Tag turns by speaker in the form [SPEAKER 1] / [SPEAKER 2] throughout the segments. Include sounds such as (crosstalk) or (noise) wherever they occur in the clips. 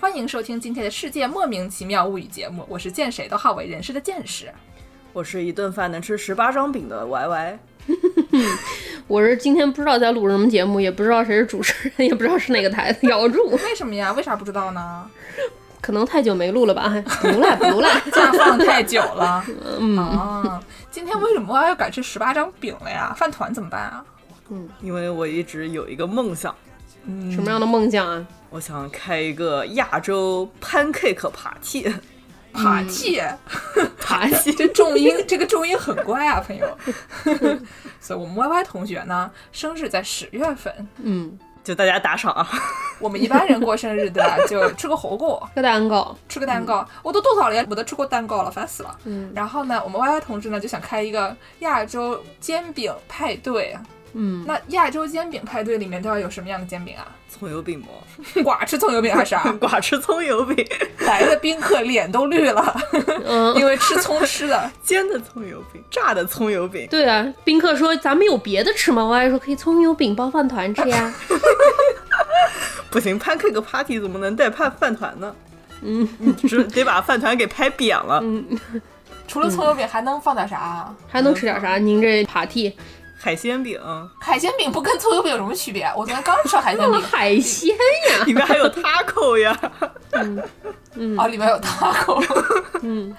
[SPEAKER 1] 欢迎收听今天的《世界莫名其妙物语》节目，我是见谁都好为人师的见识。
[SPEAKER 2] 我是一顿饭能吃十八张饼的 Y Y，
[SPEAKER 3] 我是今天不知道在录什么节目，也不知道谁是主持人，也不知道是哪个台的，咬住， (laughs)
[SPEAKER 1] 为什么呀？为啥不知道呢？
[SPEAKER 3] 可能太久没录了吧，哎不赖不赖，
[SPEAKER 1] 假放太久了。
[SPEAKER 3] 嗯，
[SPEAKER 1] 啊，今天为什么要改吃十八张饼了呀？饭团怎么办啊？
[SPEAKER 2] 因为我一直有一个梦想，
[SPEAKER 3] 什么样的梦想啊？
[SPEAKER 2] 我想开一个亚洲 pancake party。
[SPEAKER 1] 爬梯，
[SPEAKER 3] (laughs) 爬起，
[SPEAKER 1] 这重音，这个重音很乖啊，朋友。所以，我们 Y Y 同学呢，生日在十月份。
[SPEAKER 3] 嗯，
[SPEAKER 2] 就大家打赏啊！ (laughs)
[SPEAKER 1] 我们一般人过生日对吧，就吃个火锅，
[SPEAKER 3] 个蛋糕，
[SPEAKER 1] 吃个蛋糕，我都多少年我都吃过蛋糕了，烦死了。
[SPEAKER 3] 嗯
[SPEAKER 1] 然后呢，我们 Y Y 同志呢就想开一个亚洲煎饼派对。啊
[SPEAKER 3] 嗯，
[SPEAKER 1] 那亚洲煎饼派对里面都要有什么样的煎饼啊？ (laughs)
[SPEAKER 2] 葱油饼吗？
[SPEAKER 1] 寡吃葱油饼还是啊 (laughs) 啥？
[SPEAKER 2] (laughs) 寡吃葱油饼， (laughs)
[SPEAKER 1] 来的宾客脸都绿了，
[SPEAKER 3] 嗯，
[SPEAKER 1] 因为吃葱吃的。
[SPEAKER 2] 煎的葱油饼，炸的葱油饼，
[SPEAKER 3] 对啊，宾客说咱们有别的吃吗？我还说可以葱油饼包饭团吃 (laughs) 呀，
[SPEAKER 2] 不行，pancake party 怎么能带饭饭团呢？嗯，只得把饭团给拍扁了。
[SPEAKER 1] 除了葱油饼还能放点啥啊？
[SPEAKER 3] 还能吃点啥？您这爬 (laughs) 梯，
[SPEAKER 2] 海鲜饼
[SPEAKER 1] 海鲜饼不跟葱油饼有什么区别？啊我昨天刚吃了海鲜
[SPEAKER 3] 那
[SPEAKER 1] 饼，
[SPEAKER 3] 海鲜呀，
[SPEAKER 2] 里面还有 taco 呀，
[SPEAKER 1] 哦，里面有 (laughs) taco，
[SPEAKER 3] 嗯，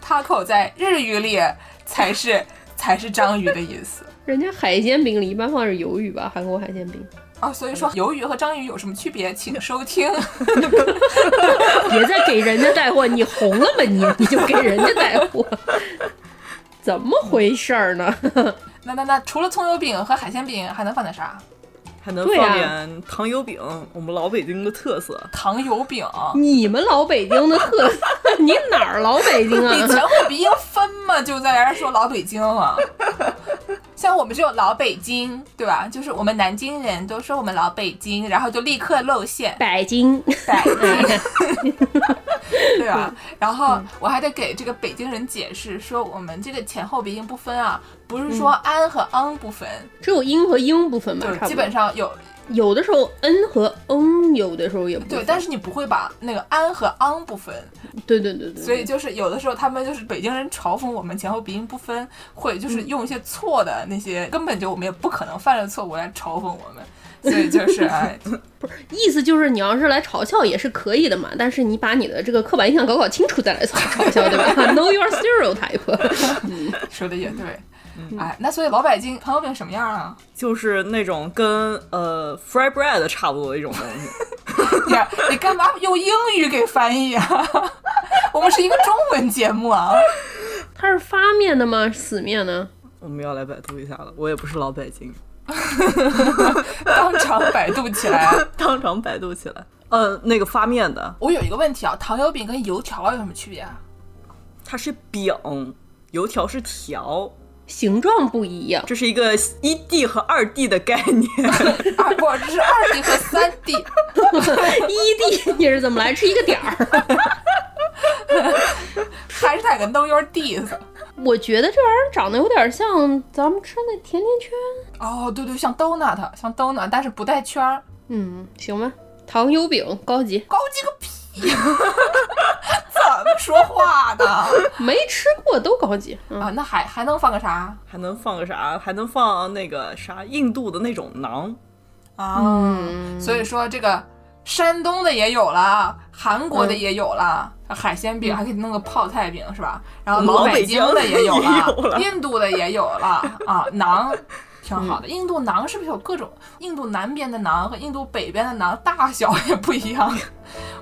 [SPEAKER 1] taco 在日语里才是才是章鱼的意思
[SPEAKER 3] 人家海鲜饼里一般放着鱿鱼吧，韩国海鲜饼，
[SPEAKER 1] 啊、所以说鱿鱼和章鱼有什么区别？请收听。
[SPEAKER 3] 别再给人家带货，你红了吧你，你就给人家带货， (laughs) 怎么回事儿呢？
[SPEAKER 1] 那那那除了葱油饼和海鲜饼，还能放点啥？
[SPEAKER 2] 还能
[SPEAKER 3] 对
[SPEAKER 2] 放
[SPEAKER 3] 呀
[SPEAKER 2] 点糖油饼，我们老北京的特色。
[SPEAKER 1] 糖油
[SPEAKER 3] (laughs)
[SPEAKER 1] 饼，
[SPEAKER 3] 你们老北京的特色，你哪儿老
[SPEAKER 1] (laughs)
[SPEAKER 3] 北京
[SPEAKER 1] 以
[SPEAKER 3] 啊？
[SPEAKER 1] 前会鼻音分嘛，就在那儿说老北京啊。 (laughs) 像我们这种老北京，对吧？就是我们南京人都说我们老北京，然后就立刻露馅，
[SPEAKER 3] 北京，
[SPEAKER 1] 北京， (laughs) 对吧？然后我还得给这个北京人解释说，我们这个前后鼻音不分啊，不是说安和昂不分，
[SPEAKER 3] 只有英和英不分吧？
[SPEAKER 1] 就
[SPEAKER 3] 嗯差不多
[SPEAKER 1] 基本上有
[SPEAKER 3] 有的时候 n 和 n，有的时候也不分
[SPEAKER 1] 对，但是你不会把那个安和昂不分，
[SPEAKER 3] 对对对对，
[SPEAKER 1] 所以就是有的时候他们就是北京人嘲讽我们前后鼻音不分，会就是用一些错的那些根本就我们也不可能犯的错误来嘲讽我们，所以就是哎，
[SPEAKER 3] 意思就是你要是来嘲笑也是可以的嘛，但是你把你的这个刻板印象搞搞清楚再来嘲嘲笑，对吧
[SPEAKER 1] (laughs)
[SPEAKER 3] ？Know your stereotype。 (laughs) 嗯
[SPEAKER 1] 说的也对，哎，那所以老北京糖油饼什么样啊？ (laughs)
[SPEAKER 2] 就是那种跟呃 fry bread 差不多的一种东西， (laughs)
[SPEAKER 1] 你你干嘛用英语给翻译啊？ (laughs) 我们是一个中文节目啊，
[SPEAKER 3] 它是发面的吗？死面呢？
[SPEAKER 2] 我们要来百度一下了。我也不是老北京， (laughs)
[SPEAKER 1] 当场百度起来啊。
[SPEAKER 2] 当场百度起来。呃，那个发面的，
[SPEAKER 1] 我有一个问题啊，糖油饼跟油条有什么区别啊？ (laughs)
[SPEAKER 2] 它是饼，油条是条，
[SPEAKER 3] 形状不
[SPEAKER 1] (laughs)
[SPEAKER 3] 一样，
[SPEAKER 2] 这是一个一 D 和二 D 的概念。 (laughs)
[SPEAKER 1] 啊，不，这是二 D 和三 D，
[SPEAKER 3] 一 D 你是怎么来吃一个点儿？
[SPEAKER 1] 还是那个 Know Your D's。
[SPEAKER 3] 我觉得这玩意儿长得有点像咱们吃那甜甜圈。
[SPEAKER 1] 哦，对对，像 donut，像 donut，但是不带圈儿，
[SPEAKER 3] 嗯，行吧，糖油饼高级，
[SPEAKER 1] 高级个屁！ (laughs) 怎么说话呢？
[SPEAKER 3] 没吃过都高级。嗯，
[SPEAKER 1] 啊，那还还能放个啥
[SPEAKER 2] 还能放个啥？还能放那个啥印度的那种馕，
[SPEAKER 1] 啊？
[SPEAKER 2] 嗯
[SPEAKER 1] 所以说这个山东的也有了，韩国
[SPEAKER 2] 嗯
[SPEAKER 1] 的也有了，海鲜饼还可以弄个泡菜饼是吧？然后老
[SPEAKER 2] 老
[SPEAKER 1] 北
[SPEAKER 2] 北
[SPEAKER 1] 京
[SPEAKER 2] 京
[SPEAKER 1] 的也有
[SPEAKER 2] 也
[SPEAKER 1] 了，
[SPEAKER 2] 有了
[SPEAKER 1] 印度的也有了啊，馕。挺好
[SPEAKER 2] 嗯
[SPEAKER 1] 的，印度馕是不是有各种？印度南边的馕和印度北边的馕大小也不一样。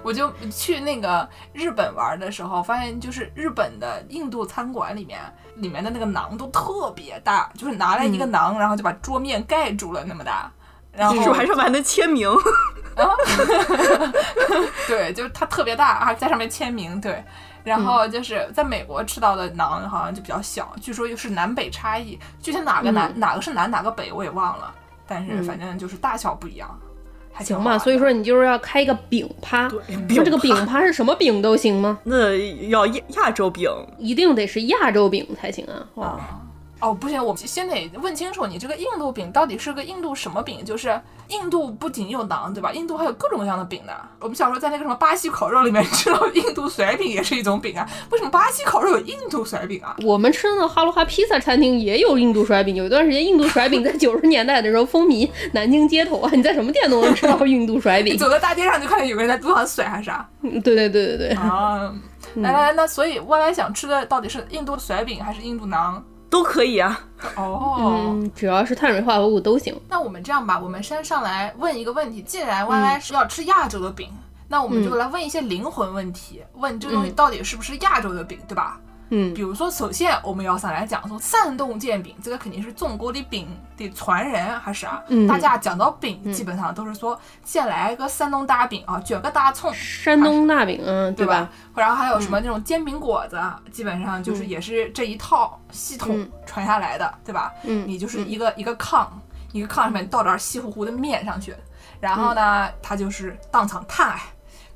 [SPEAKER 1] 我就去那个日本玩的时候，发现就是日本的印度餐馆里面，里面的那个馕都特别大，就是拿来一个馕，然后就把桌面盖住了那么
[SPEAKER 3] (laughs)
[SPEAKER 1] 大。然后
[SPEAKER 2] 这手还上面还能签名。
[SPEAKER 1] 对，就是它特别大，还在上面签名。对，然后就是在美国吃到的馕好像就比较小，据说又是南北差异，具体哪个南、
[SPEAKER 3] 嗯
[SPEAKER 1] 哪个是南哪个北我也忘了，但是反正就是大小不一样，还挺
[SPEAKER 3] 行
[SPEAKER 1] 好玩
[SPEAKER 3] 吧，
[SPEAKER 1] 的
[SPEAKER 3] 所以说你就是要开一个饼趴。那这个啊饼趴 (laughs) 是什么饼都行吗？
[SPEAKER 2] 那要亚亚洲饼，
[SPEAKER 3] 一定得是亚洲饼才行啊！哇，
[SPEAKER 1] 啊哦，不行，我们先得问清楚，你这个印度饼到底是个印度什么饼？就是印度不仅有馕，对吧？印度还有各种各样的饼呢。我们小时候在那个什么巴西烤肉里面 (laughs) 吃到印度甩饼也是一种饼啊。为什么巴西烤肉有印度甩饼啊？
[SPEAKER 3] 我们吃的那哈罗哈披萨餐厅也有印度甩饼，有一段时间印度甩饼 (laughs) 在九十年代的时候风靡南京街头啊，你在什么店都能吃到印度甩 (laughs) 饼。
[SPEAKER 1] 走到大街上就看见有个人在路上甩还是啥
[SPEAKER 3] 嗯对对对对对，
[SPEAKER 1] 啊？
[SPEAKER 3] 嗯
[SPEAKER 1] 来来来，那所以歪歪想吃的到底是印度甩饼还是印度馕？
[SPEAKER 2] 都可以啊。
[SPEAKER 1] 哦，
[SPEAKER 3] 嗯，只要是碳水化合物都行。
[SPEAKER 1] 那我们这样吧，我们先上来问一个问题，既
[SPEAKER 3] 嗯
[SPEAKER 1] 然 Y Y 是要吃亚洲的饼，那我们就来问一些灵魂问题，问这个东西到底是不是亚洲的饼，对吧？
[SPEAKER 3] 嗯
[SPEAKER 1] 比如说，首先我们要上来讲说山东煎饼，这个肯定是中国的饼的传人，还是啊？
[SPEAKER 3] 嗯
[SPEAKER 1] 大家讲到饼，基本上都是说先来个山东大饼啊，卷个大葱，
[SPEAKER 3] 山东大饼，嗯，
[SPEAKER 1] 对
[SPEAKER 3] 吧？？嗯
[SPEAKER 1] 然后还有什么那种煎饼果子，基本上就是也是这一套系统
[SPEAKER 3] 嗯
[SPEAKER 1] 传下来的，对吧？
[SPEAKER 3] 嗯
[SPEAKER 1] 你就是一个一个炕，一个炕上面倒点稀乎乎的面上去，然后呢，
[SPEAKER 3] 嗯
[SPEAKER 1] 它就是当场炭，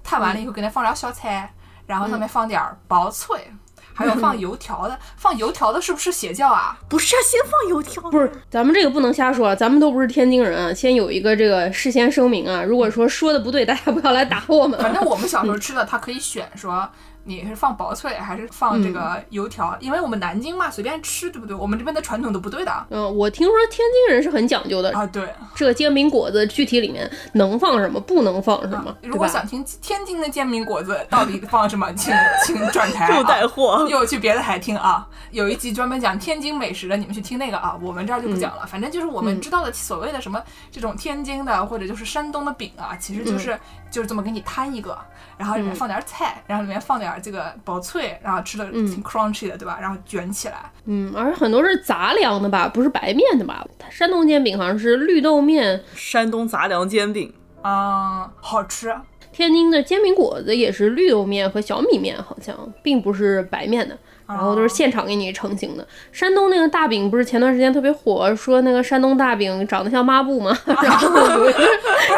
[SPEAKER 1] 炭完了以后给它放点小菜，然
[SPEAKER 3] 嗯
[SPEAKER 1] 后上面放点薄脆，还有放油条的，放油条的是不是邪教啊？
[SPEAKER 2] 不是啊，先放油条。
[SPEAKER 3] 不是，咱们这个不能瞎说啊，咱们都不是天津人啊。先有一个这个事先声明啊，如果说说的不对，大家不要来打我们啊。 (laughs)
[SPEAKER 1] 反正我们小时候吃的，它可以选说你是放薄脆还是放这个
[SPEAKER 3] 嗯
[SPEAKER 1] 油条，因为我们南京嘛，随便吃，对不对？我们这边的传统都不对的
[SPEAKER 3] 嗯，我听说天津人是很讲究的，
[SPEAKER 1] 啊，对。
[SPEAKER 3] 这个煎饼果子具体里面能放什么，不能放什么，对
[SPEAKER 1] 啊如果
[SPEAKER 3] 吧？
[SPEAKER 1] 想听天津的煎饼果子到底放什么，请请转台、啊。
[SPEAKER 2] 又带货，
[SPEAKER 1] 又去别的台听啊，有一集专门讲天津美食的，你们去听那个啊，我们这儿就不讲了。反正就是我们知道的所谓的什么这种天津的或者就是山东的饼啊，其实就是、就是这么给你摊一个，然后里面放点菜，然后里面放点这个薄脆，然后吃的挺 crunchy 的，对吧？然后卷起来，
[SPEAKER 3] 嗯，而且很多是杂粮的吧，不是白面的吧？山东煎饼好像是绿豆面，
[SPEAKER 2] 山东杂粮煎饼，
[SPEAKER 1] 嗯，好吃。
[SPEAKER 3] 天津的煎饼果子也是绿豆面和小米面，好像并不是白面
[SPEAKER 2] 哦
[SPEAKER 3] 的。然后都是现场给你成型的。山东那个大饼不是前段时间特别火，说那个山东大饼长得像抹
[SPEAKER 2] (laughs)
[SPEAKER 3] 布吗？然后有一个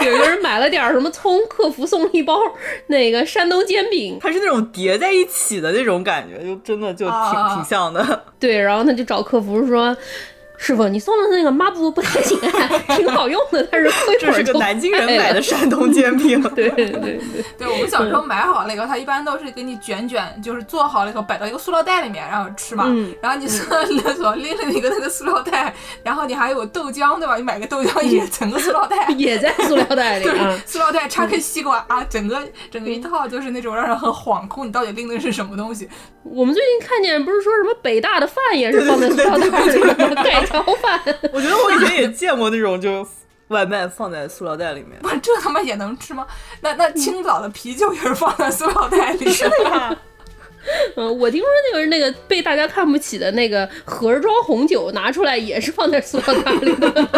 [SPEAKER 3] 有一个人买了点儿什么葱，客服送了一包那个山东煎饼，
[SPEAKER 2] 它是那种叠在一起的那种感觉，就真的就挺、
[SPEAKER 1] 啊
[SPEAKER 2] 挺像 (laughs) 的。
[SPEAKER 3] 对，然后他就找客服说。师傅，你送的那个抹布不太行，啊挺好用的，但是过一会
[SPEAKER 2] 这
[SPEAKER 3] 儿
[SPEAKER 2] 是
[SPEAKER 3] 就
[SPEAKER 2] 个南京人
[SPEAKER 3] 坏了
[SPEAKER 2] 买的。山东煎饼，
[SPEAKER 3] 对对对对，
[SPEAKER 1] 对我们小时候
[SPEAKER 3] 嗯
[SPEAKER 1] 买好了以后，它一般都是给你卷卷，就是做好了以后摆到一个塑料袋里面，然后吃嘛。
[SPEAKER 3] 嗯
[SPEAKER 1] 然后你上 (laughs) 厕所拎了一个那个塑料袋，然后你还有豆浆对吧？你买个豆
[SPEAKER 3] 嗯
[SPEAKER 1] 浆也整个塑料袋。
[SPEAKER 3] 也在塑料
[SPEAKER 2] (laughs)
[SPEAKER 3] 袋里啊
[SPEAKER 1] 对，。塑料袋插根西瓜啊，整个整
[SPEAKER 3] 嗯
[SPEAKER 1] 个一套就是那种让人很恍惚，你到底拎的是什么东西？
[SPEAKER 3] 我们最近看见不是说什么北大的饭也是
[SPEAKER 1] (laughs)
[SPEAKER 3] 放在塑料袋里吗？盖浇饭。
[SPEAKER 2] (laughs) 我觉得我以前也见过那种就外卖放在塑料袋里面。
[SPEAKER 1] 不是这他妈也能吃吗？那那青岛的啤酒也是放在塑料袋里，是
[SPEAKER 3] 嗯，我听说那个那个被大家看不起的那个盒装红酒拿出来也是放在塑料袋里的。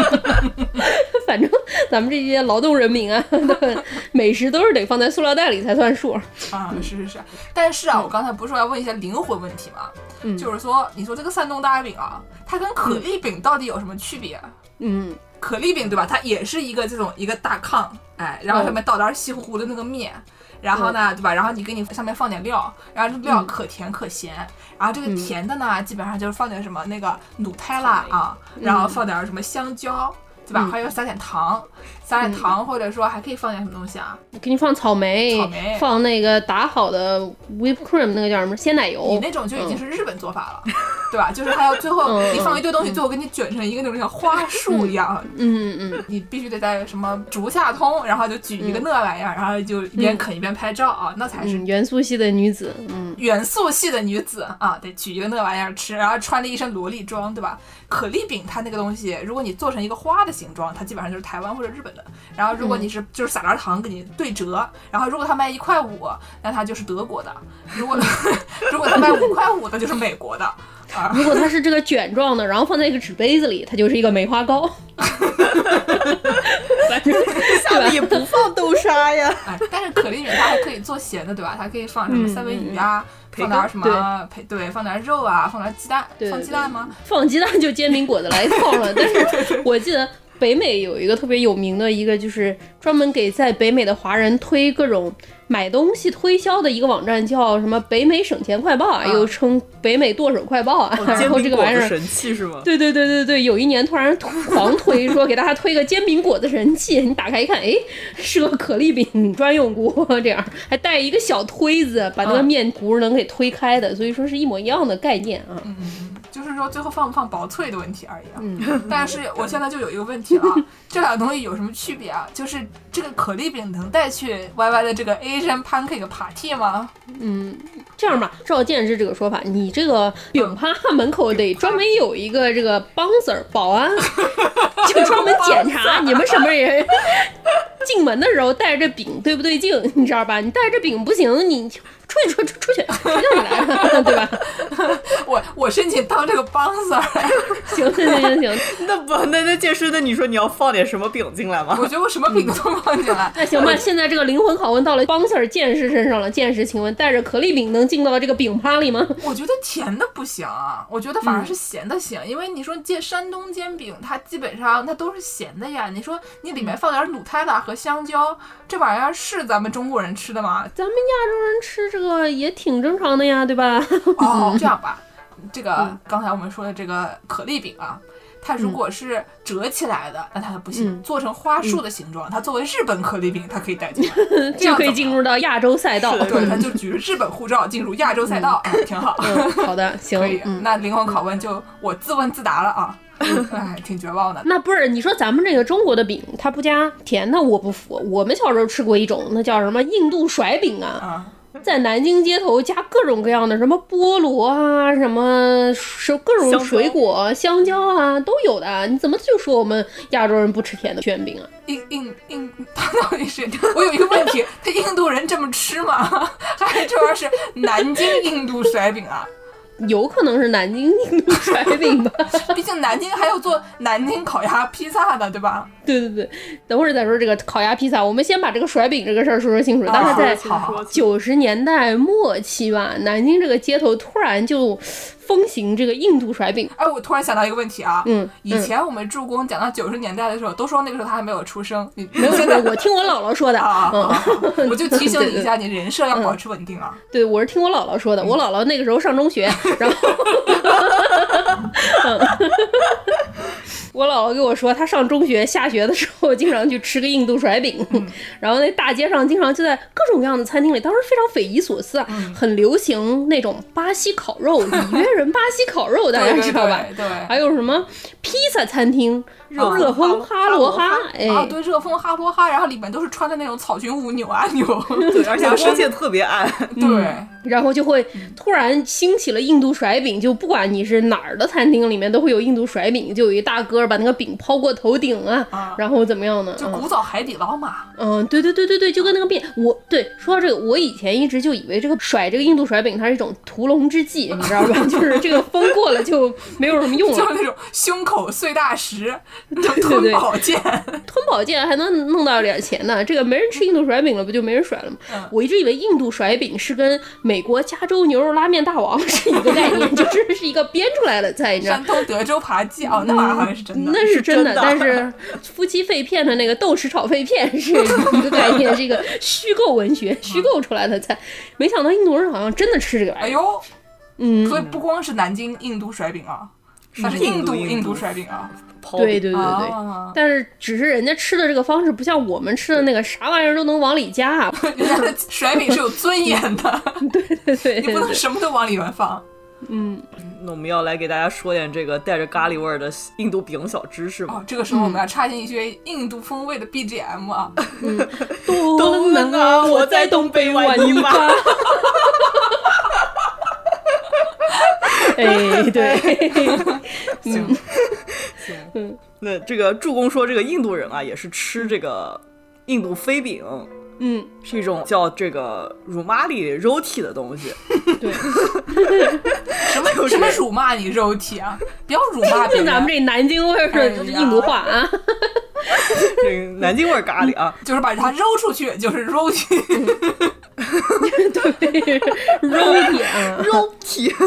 [SPEAKER 3] (laughs) 反正咱们这些劳动人民啊， (laughs) 美食都是得放在塑料袋里才算数。
[SPEAKER 1] 啊，是是是，但是啊，我刚才不是说要问一下灵魂问题吗？
[SPEAKER 3] 嗯
[SPEAKER 1] 就是说，你说这个山东大饼啊，它跟可丽饼到底有什么区别？
[SPEAKER 3] 嗯，
[SPEAKER 1] 可丽饼对吧？它也是一个这种一个大炕，哎，然后上面倒点儿稀乎乎的那个面，然后呢，对吧？然后你给你上面放点料，然后这料可甜可咸，然后这个甜的呢，基本上就是放点什么那个努泰拉啊，然后放点什么香蕉。对吧？还有撒点糖，撒点糖，或者说还可以放点什么东西啊？
[SPEAKER 3] 给你放草莓，
[SPEAKER 1] 草莓
[SPEAKER 3] 放那个打好的 whip cream，那个叫什么鲜奶
[SPEAKER 1] 你
[SPEAKER 3] 油。
[SPEAKER 1] 那种就已经是日本做法了，对
[SPEAKER 3] (laughs)
[SPEAKER 1] 吧？就是还要最后
[SPEAKER 3] 嗯
[SPEAKER 1] 你放一堆东西，最后给你卷成一个那种像花束一样，
[SPEAKER 3] 嗯嗯嗯，
[SPEAKER 1] 你必须得在什么竹下通，然后就举一个那玩意儿，然后就一边啃一边拍照啊，那才是
[SPEAKER 3] 嗯，元素系的女子，嗯，
[SPEAKER 1] 元素系的女子啊，得举一个那玩意儿吃，然后穿着一身萝莉装，对吧？可丽饼它那个东西，如果你做成一个花的形状，它基本上就是台湾或者日本的。然后如果你
[SPEAKER 3] 嗯
[SPEAKER 1] 是就是撒点糖给你对折，然后如果它卖一块五，那它就是德国的；如果 (laughs) 如果它卖五块五，那就是美国的。啊，
[SPEAKER 3] 如果它是这个卷状的，然后放在一个纸杯子里，它就是一个梅花糕。反正
[SPEAKER 2] (laughs) 下面也不放豆沙 (laughs) 呀，
[SPEAKER 1] 哎，但是可丽饼它还可以做咸的，对吧？它可以放什么三文鱼啊，
[SPEAKER 2] 培
[SPEAKER 1] 放
[SPEAKER 2] 根
[SPEAKER 1] 点什么培对，放点肉啊，放点鸡蛋，
[SPEAKER 3] 对
[SPEAKER 1] 放鸡蛋吗？
[SPEAKER 3] 放鸡蛋就煎饼果子来一套了。但是我记得北美有一个特别有名的一个，就是专门给在北美的华人推各种买东西推销的一个网站，叫什么“北美省钱快报”啊，
[SPEAKER 1] 啊
[SPEAKER 3] 又称“北美剁手快报”啊。然
[SPEAKER 2] 哦煎
[SPEAKER 3] 后这
[SPEAKER 2] 饼
[SPEAKER 3] 个
[SPEAKER 2] 果
[SPEAKER 3] 玩意
[SPEAKER 2] 子
[SPEAKER 3] 儿。
[SPEAKER 2] 神器是 (laughs) 吗？
[SPEAKER 3] 对对对对对，有一年突然突狂推说给大家推个煎饼果子神器，你打开一看，哎，是个可丽饼专用锅，这样还带一个小推子，把那个
[SPEAKER 1] 啊
[SPEAKER 3] 面糊能给推开的，所以说是一模一样的概念啊。
[SPEAKER 1] 就是说最后放不放薄脆的问题而已啊。但是我现在就有一个问题 (laughs) 了，这两个东西有什么区别啊？就是这个可丽饼能带去 YY 的这个 Asian Pancake Party 吗？ (laughs)
[SPEAKER 3] 这样吧，照见是这个说法，你这个
[SPEAKER 1] 嗯
[SPEAKER 3] 饼趴门口得专门有一个这个 bouncer
[SPEAKER 1] (laughs)
[SPEAKER 3] 保安，就专门检查你们什么人进门的时候带着这饼对不对劲，你知道吧？你带着这饼不行，你出去出去出去，谁叫你来了， (laughs) 对吧？
[SPEAKER 1] 我我申请当这个 bouncer，
[SPEAKER 3] 行行行行，
[SPEAKER 2] 那不，那那健身的，你说你要放点什么饼进来吗？ (laughs)
[SPEAKER 1] 我觉得我什么饼都放进来。
[SPEAKER 3] 那行吧，现在这个灵魂拷问到了 bouncer 见识身上了，见识，请问带着可丽饼能进到这个饼趴里吗？
[SPEAKER 1] 我觉得甜的不行啊，我觉得反而是咸的行，因为你说煎山东煎饼，它基本上它都是咸的呀。你说你里面放点鲁泰达和香蕉，这玩意儿是咱们中国人吃的
[SPEAKER 3] (laughs)
[SPEAKER 1] 吗？
[SPEAKER 3] 咱们亚洲人吃这个也挺正常的呀，对吧？
[SPEAKER 1] 哦，这样吧，这个
[SPEAKER 3] 嗯
[SPEAKER 1] 刚才我们说的这个可丽饼啊，它如果是折起来的，那它不
[SPEAKER 3] 嗯
[SPEAKER 1] 行；做成花束的形状，它作为日本可丽饼，它可以带进
[SPEAKER 3] (laughs)
[SPEAKER 1] 来，这
[SPEAKER 3] 就
[SPEAKER 1] 样
[SPEAKER 3] 可以
[SPEAKER 1] 怎么
[SPEAKER 3] 进
[SPEAKER 1] 样
[SPEAKER 3] 入到亚洲赛道。
[SPEAKER 2] 是的
[SPEAKER 1] 对，它就举着日本护照进入亚洲赛道，哎挺好。
[SPEAKER 3] 嗯，好
[SPEAKER 1] (laughs)
[SPEAKER 3] 的，行
[SPEAKER 1] 可以，，
[SPEAKER 3] 嗯。
[SPEAKER 1] 那灵魂拷问就我自问自答了
[SPEAKER 3] (laughs)
[SPEAKER 1] 啊，哎，挺绝望的。
[SPEAKER 3] 那不是你说咱们这个中国的饼，它不加甜的，我不服。我们小时候吃过一种，那叫什么印度甩饼啊，
[SPEAKER 1] 啊，
[SPEAKER 3] 在南京街头加各种各样的什么菠萝啊，什么水各种
[SPEAKER 2] 香蕉
[SPEAKER 3] 水果、香蕉啊都有的。你怎么就说我们亚洲人不吃甜的卷饼啊？
[SPEAKER 1] 印印印， (laughs) 他到底是？我有一个问题，他印度人这么吃吗？ (laughs) 还是这玩意儿是南京印度甩饼
[SPEAKER 3] (laughs)
[SPEAKER 1] 啊？
[SPEAKER 3] 有可能是南京印度甩饼吧？ (laughs)
[SPEAKER 1] 毕竟南京还有做南京烤鸭、披萨的，对吧？
[SPEAKER 3] 对对对，等会儿再说这个烤鸭披萨，我们先把这个甩饼这个事儿说说清楚。大概
[SPEAKER 1] 啊
[SPEAKER 3] 在
[SPEAKER 1] 好好
[SPEAKER 3] 九十年代末期吧，南京这个街头突然就风行这个印度
[SPEAKER 1] (laughs)
[SPEAKER 3] 甩饼。
[SPEAKER 1] 哎，我突然想到一个问题啊，
[SPEAKER 3] 嗯，
[SPEAKER 1] 以前我们助攻讲到九十年代的时候，都说那个时候他还没有出生，
[SPEAKER 3] (laughs)
[SPEAKER 1] 你
[SPEAKER 3] 没
[SPEAKER 1] 没
[SPEAKER 3] 有没有，我听我姥姥说的。
[SPEAKER 1] 啊？
[SPEAKER 3] 嗯，
[SPEAKER 1] 啊我就提醒你一下，你人设要保持稳定啊。
[SPEAKER 3] 对，我是听我姥姥
[SPEAKER 1] 嗯
[SPEAKER 3] 说的。我姥姥那个时候上
[SPEAKER 1] (laughs)
[SPEAKER 3] 中学，然后， (laughs) 嗯我姥姥跟我说，她上中学下学的时候，经常去吃个印度甩饼，
[SPEAKER 1] 嗯
[SPEAKER 3] 然后那大街上经常就在各种各样的餐厅里，当时非常匪夷所思啊，
[SPEAKER 1] 嗯
[SPEAKER 3] 很流行那种巴西烤
[SPEAKER 1] (laughs)
[SPEAKER 3] 肉，里约人巴西烤肉，大
[SPEAKER 1] 对
[SPEAKER 3] 家
[SPEAKER 1] 对
[SPEAKER 3] 知道吧？
[SPEAKER 1] 对对。
[SPEAKER 3] 还有什么披萨餐厅、
[SPEAKER 1] 热
[SPEAKER 3] 热风哦哈罗哈，哎，
[SPEAKER 1] 啊，对，热风哈罗哈，然后里面都是穿的那种草裙舞、扭啊 (laughs) 扭，
[SPEAKER 2] 对，而且
[SPEAKER 1] 然后
[SPEAKER 2] 光线特别暗，
[SPEAKER 3] 嗯
[SPEAKER 1] 对，
[SPEAKER 3] 然后就会突然兴起了印度甩饼，就不管你是哪儿的餐厅里面都会有印度甩饼，就有一大哥把那个饼抛过头顶啊，
[SPEAKER 1] 啊
[SPEAKER 3] 然后怎么样呢？
[SPEAKER 1] 就
[SPEAKER 3] 嗯
[SPEAKER 1] 古早海底捞嘛，
[SPEAKER 3] 嗯，对对对对对，就跟那个面，我对说到这个，我以前一直就以为这个甩这个印度甩饼它是一种屠龙之计，你知道吧？ (laughs) 就是这个风过了就没有什么用
[SPEAKER 1] 就
[SPEAKER 3] 了，
[SPEAKER 1] 是那种胸口碎大
[SPEAKER 3] (laughs)
[SPEAKER 1] 石，
[SPEAKER 3] 嗯对
[SPEAKER 1] 吞宝剑，
[SPEAKER 3] 吞宝剑还能弄到点钱呢，这个没人吃印度甩饼了，不就没人甩了吗？
[SPEAKER 1] 嗯
[SPEAKER 3] 我一直以为印度甩饼是跟美国加州牛肉拉面大王是一个概念，就是是一个编出来的菜， (laughs) 你知道吗
[SPEAKER 1] 山？东德州扒鸡哦，那玩意儿好像是真的。
[SPEAKER 3] 那是真的，
[SPEAKER 2] 是真的
[SPEAKER 3] 但是夫妻肺片的那个豆豉炒肺片是一个概念，是一个虚构文学虚构出来的菜。没想到印度人好像真的吃这个玩意儿。
[SPEAKER 1] 哎呦，
[SPEAKER 3] 嗯，
[SPEAKER 1] 所以不光是南京印度甩饼啊，它是
[SPEAKER 2] 印
[SPEAKER 1] 印
[SPEAKER 2] 度
[SPEAKER 1] 度
[SPEAKER 2] 印度
[SPEAKER 1] 度甩饼啊。
[SPEAKER 2] 刨
[SPEAKER 3] 对
[SPEAKER 2] 饼
[SPEAKER 3] 对对对。
[SPEAKER 1] 啊
[SPEAKER 3] 但是，只是人家吃的这个方式不像我们吃的那个啥玩意儿都能往里加 (laughs) 啊，
[SPEAKER 1] 人家的甩饼是有尊严的，
[SPEAKER 3] 对 (laughs) 对
[SPEAKER 1] 你
[SPEAKER 3] 对
[SPEAKER 1] 不能
[SPEAKER 3] 对，
[SPEAKER 1] 什么都往里面放。
[SPEAKER 2] 那我们要来给大家说点这个带着咖喱味儿的印度饼小知识嘛？
[SPEAKER 1] 哦，这个时候我
[SPEAKER 3] 嗯
[SPEAKER 1] 们要插进一些印度风味的 BGM 啊，
[SPEAKER 3] 东南啊，我在东北玩泥巴。 (laughs) 哎，对，
[SPEAKER 1] 行，
[SPEAKER 2] 那这个助攻说，这个印度人啊，也是吃这个印度飞饼，
[SPEAKER 3] 嗯，
[SPEAKER 2] 是一种叫这个乳麻里 roti 的东西。 (laughs)
[SPEAKER 3] 对，
[SPEAKER 1] 什么什么辱骂你肉体啊，不要辱骂别
[SPEAKER 3] (laughs) 就咱们
[SPEAKER 1] 人，
[SPEAKER 3] 这南京味儿的印度话啊，
[SPEAKER 2] 这个南京味儿咖喱啊，
[SPEAKER 1] 就是把它揉出去，就是揉去。
[SPEAKER 3] (laughs) 对，肉体啊，
[SPEAKER 2] 肉体。
[SPEAKER 3] (laughs)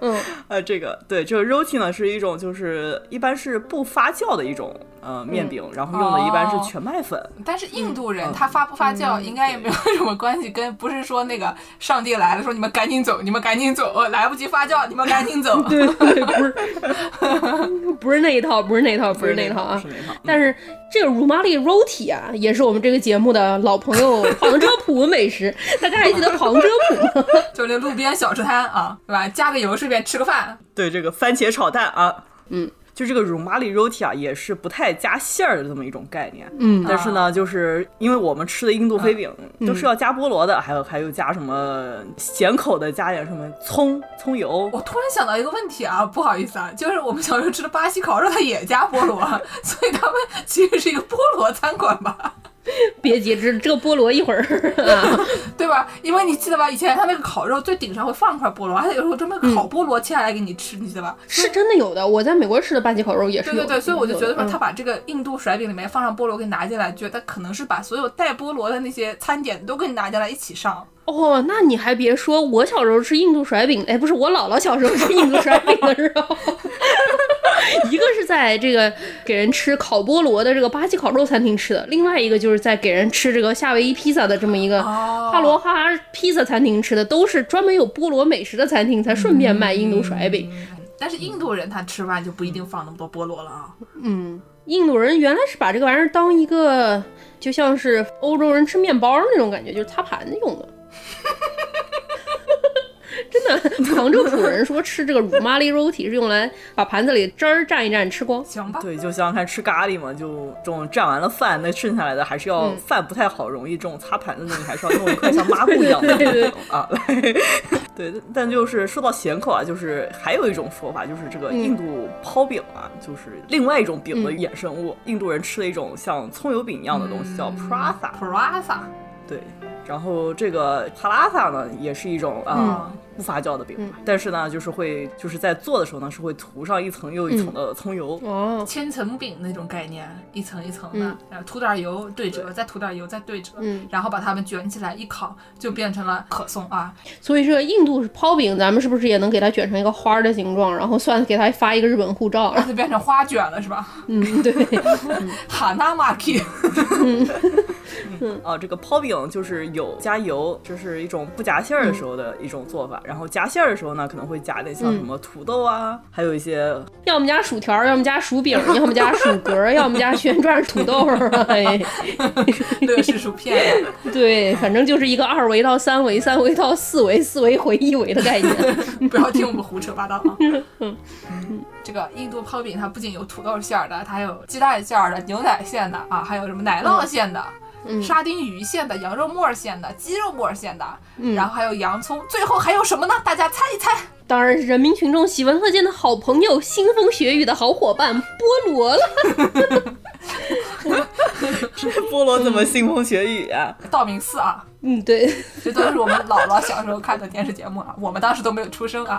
[SPEAKER 3] 嗯，
[SPEAKER 2] (laughs) 呃，这个对这个 roti 呢是一种就是一般是不发酵的一种呃面饼，
[SPEAKER 3] 嗯
[SPEAKER 2] 然后用的一般
[SPEAKER 1] 哦
[SPEAKER 2] 是全麦粉。
[SPEAKER 1] 但是印度人
[SPEAKER 2] 嗯
[SPEAKER 1] 他发不发酵应该也没有什么关系，跟不是说那个上帝来了说你们赶紧走，你们赶紧走，来不及发酵，你们赶紧走。
[SPEAKER 3] 对对，不是不是那一套，不是那一套，不是那一套啊
[SPEAKER 2] 是。那套。
[SPEAKER 3] 但是这个乳麻里 roti 啊，也是我们这个节目的老朋友旁遮普美食，大家还记得旁遮普 (laughs) 吗？
[SPEAKER 1] 就那路边小吃摊啊，对吧？加个油，顺便吃个饭。
[SPEAKER 2] 对这个番茄炒蛋啊，
[SPEAKER 3] 嗯，
[SPEAKER 2] 就这个乳麻里 roti 啊，也是不太加馅儿的这么一种概念。
[SPEAKER 3] 嗯
[SPEAKER 2] 但是呢，就是因为我们吃的印度飞饼都是要加菠萝的，还有还有加什么咸口的，加点什么葱、葱油。
[SPEAKER 1] 我突然想到一个问题啊，不好意思啊，就是我们小时候吃的巴西烤肉，它也加菠萝， (laughs) 所以他们其实是一个菠萝餐馆吧，
[SPEAKER 3] 别急，这这个菠萝一会儿 (laughs) 啊，
[SPEAKER 1] 对吧？因为你记得吧，以前他那个烤肉最顶上会放一块菠萝，还有时候专门烤菠萝切下来给你吃，你记得吧？
[SPEAKER 3] 是真的有的。我在美国吃的巴西烤肉也是
[SPEAKER 1] 对
[SPEAKER 3] 有的。
[SPEAKER 1] 对对，所以我就觉得说，
[SPEAKER 3] 嗯
[SPEAKER 1] 他把这个印度甩饼里面放上菠萝给拿进来，觉得可能是把所有带菠萝的那些餐点都给你拿进来一起上。
[SPEAKER 3] 哦，那你还别说，我小时候吃印度甩饼，哎，不是我姥姥小时候吃印度甩饼的时候， (laughs) 一个是在这个给人吃烤菠萝的这个巴西烤肉餐厅吃的，另外一个就是在给人吃这个夏威夷披萨的这么一个
[SPEAKER 1] 哦
[SPEAKER 3] 哈罗哈披萨餐厅吃的，都是专门有菠萝美食的餐厅才顺便卖印度甩饼。
[SPEAKER 1] 但是印度人他吃饭就不一定放那么多菠萝了啊。
[SPEAKER 3] 印度人原来是把这个玩意儿当一个，就像是欧洲人吃面包那种感觉，就是擦盘子用的。 (laughs) 真的，杭州普人说吃这个乳麻里肉体是用来把盘子里汁儿蘸一蘸吃光。
[SPEAKER 1] 行吧，
[SPEAKER 2] 对，就想想看，吃咖喱嘛，就这种蘸完了饭，那剩下来的还是要、
[SPEAKER 3] 嗯
[SPEAKER 2] 饭不太好，容易这种擦盘子的，你还是要弄一块像抹布一样的
[SPEAKER 3] 对对
[SPEAKER 2] 那种啊。 (laughs) 来对，但就是说到咸口啊，就是还有一种说法，就是这
[SPEAKER 3] 嗯
[SPEAKER 2] 个印度泡饼啊，就是另外一种饼的衍生物。印度人吃了一种像葱油饼一样的东西，
[SPEAKER 3] 嗯
[SPEAKER 2] 叫 pratha。
[SPEAKER 1] p r a s a
[SPEAKER 2] 对，然后这个 palatha 呢，也是一种啊。
[SPEAKER 3] 嗯
[SPEAKER 2] 不发酵的饼，但是呢，就是会就是在做的时候呢，是会涂上一层又一
[SPEAKER 3] 嗯
[SPEAKER 2] 层的葱油，
[SPEAKER 3] 哦，
[SPEAKER 1] 千层饼那种概念，一层一层的，
[SPEAKER 3] 嗯
[SPEAKER 1] 然后涂点油对折，再涂点油再对折，
[SPEAKER 3] 嗯
[SPEAKER 1] 然后把它们卷起来一烤，就变成了可颂 (laughs) 啊。
[SPEAKER 3] 所以说印度泡饼，咱们是不是也能给它卷成一个花儿的形状，然后算给它发一个日本护照？ (laughs)
[SPEAKER 1] 它就变成花卷了是吧？ (laughs)
[SPEAKER 3] 嗯，对，
[SPEAKER 1] 哈纳马 k
[SPEAKER 2] 啊，这个泡饼就是有加油，这是一种不夹馅儿的时候的一种做法。然后夹馅儿的时候呢，可能会加点像什么土豆啊，还有一些 (laughs)
[SPEAKER 3] 要么加薯条儿，要么加薯饼儿，要么加薯格儿，要么加旋转土豆儿。哎
[SPEAKER 1] (laughs) 乐事薯片，
[SPEAKER 3] 对，反正就是一个二维到三维，三维到四维，四维回一维的概念。
[SPEAKER 1] 不要听我们胡扯八道啊。这个印度泡饼它不仅有土豆馅儿的，它还有鸡蛋馅儿的、牛奶馅的啊，还有什么奶酪馅的。沙丁鱼馅的、羊肉末馅的、鸡肉末馅的，然后还有洋葱，最后还有什么呢？大家猜一猜。
[SPEAKER 3] 当然，人民群众喜闻乐见的好朋友，腥风血雨的好伙伴菠萝了。
[SPEAKER 2] 菠萝怎么腥风血雨啊？
[SPEAKER 1] 道明寺啊，
[SPEAKER 3] 嗯，对，
[SPEAKER 1] 这都是我们姥姥小时候看的电视节目啊，我们当时都没有出生 (laughs) 啊。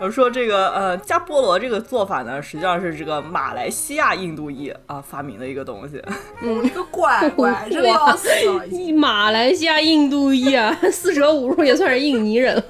[SPEAKER 2] 我说这个呃，加菠萝这个做法呢，实际上是这个马来西亚印度裔啊发明的一个东西。 (laughs)
[SPEAKER 1] 我这个乖乖，热要死了已经。
[SPEAKER 3] 马来西亚、印度裔啊，四舍五入也算是印尼人了。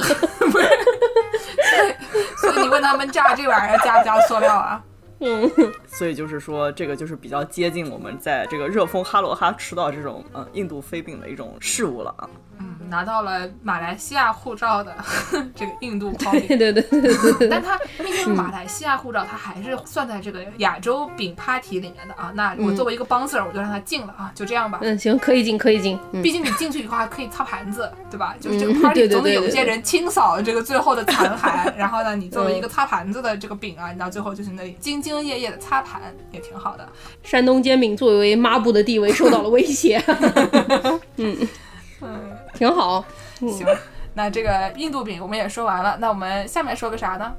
[SPEAKER 1] 所以你问他们炸这玩意儿加不加塑料啊？
[SPEAKER 3] 嗯，
[SPEAKER 2] 所以就是说，这个就是比较接近我们在这个热风哈罗哈吃到这种呃印度飞饼的一种事物了啊。
[SPEAKER 1] 嗯，拿到了马来西亚护照的 (laughs) 这个印度泡
[SPEAKER 3] 对
[SPEAKER 1] 饼，
[SPEAKER 3] 对对对对对。
[SPEAKER 1] 但它毕竟马来西亚护照，它还是算在这个亚洲饼 party 里面的啊。那我作为一个 bouncer，我就让它进了啊，就这样吧。
[SPEAKER 3] 嗯，行，可以进，可以进。嗯
[SPEAKER 1] 毕竟你进去以后还可以擦盘子，对吧？就是
[SPEAKER 3] 嗯
[SPEAKER 1] 这个 party
[SPEAKER 3] (laughs) 对对
[SPEAKER 1] 总得
[SPEAKER 3] 对
[SPEAKER 1] 有一
[SPEAKER 3] 对
[SPEAKER 1] 些
[SPEAKER 3] 对
[SPEAKER 1] 人清扫这个最后的残
[SPEAKER 3] (laughs)
[SPEAKER 1] 骸，然后呢，你作为一个擦盘子的这个饼啊，你到最后就是那里兢兢业业的擦盘，也挺好的。
[SPEAKER 3] 山东煎饼作为抹布的地位受到了威胁。 (laughs) 嗯，挺好。
[SPEAKER 1] 行，那这个印度饼我们也说完了，那我们下面说个啥呢？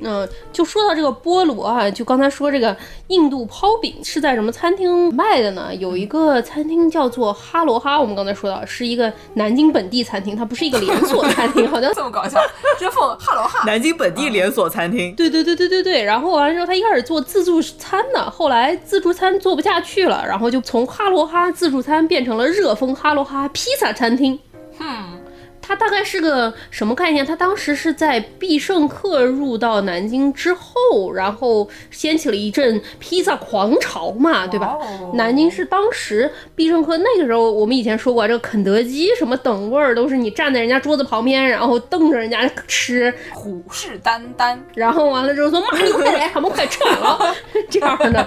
[SPEAKER 3] 嗯，就说到这个菠萝啊，就刚才说这个印度泡饼是在什么餐厅卖的呢？有一个餐厅叫做哈罗哈，我们刚才说到是一个南京本地餐厅，它不是一个连锁餐厅，好像。
[SPEAKER 1] 这么搞笑，这副 (laughs) 哈喽哈。
[SPEAKER 2] 南京本地连锁餐厅， (laughs)
[SPEAKER 3] 对对对对对对，然后完了之后，他一开始做自助餐的，后来自助餐做不下去了，然后就从哈罗哈自助餐变成了热风哈罗哈披萨餐厅。
[SPEAKER 1] 嗯，
[SPEAKER 3] 它它大概是个什么概念？它当时是在必胜客入到南京之后，然后掀起了一阵披萨狂潮嘛，对吧？
[SPEAKER 1] 哦
[SPEAKER 3] 南京是当时必胜客那个时候，我们以前说过，这个肯德基什么等位儿都是你站在人家桌子旁边，然后瞪着人家吃，
[SPEAKER 1] 虎视眈眈，
[SPEAKER 3] 然后完了之后说：“妈，你快来，俺们快吃
[SPEAKER 1] (laughs)
[SPEAKER 3] 完了。”这样的。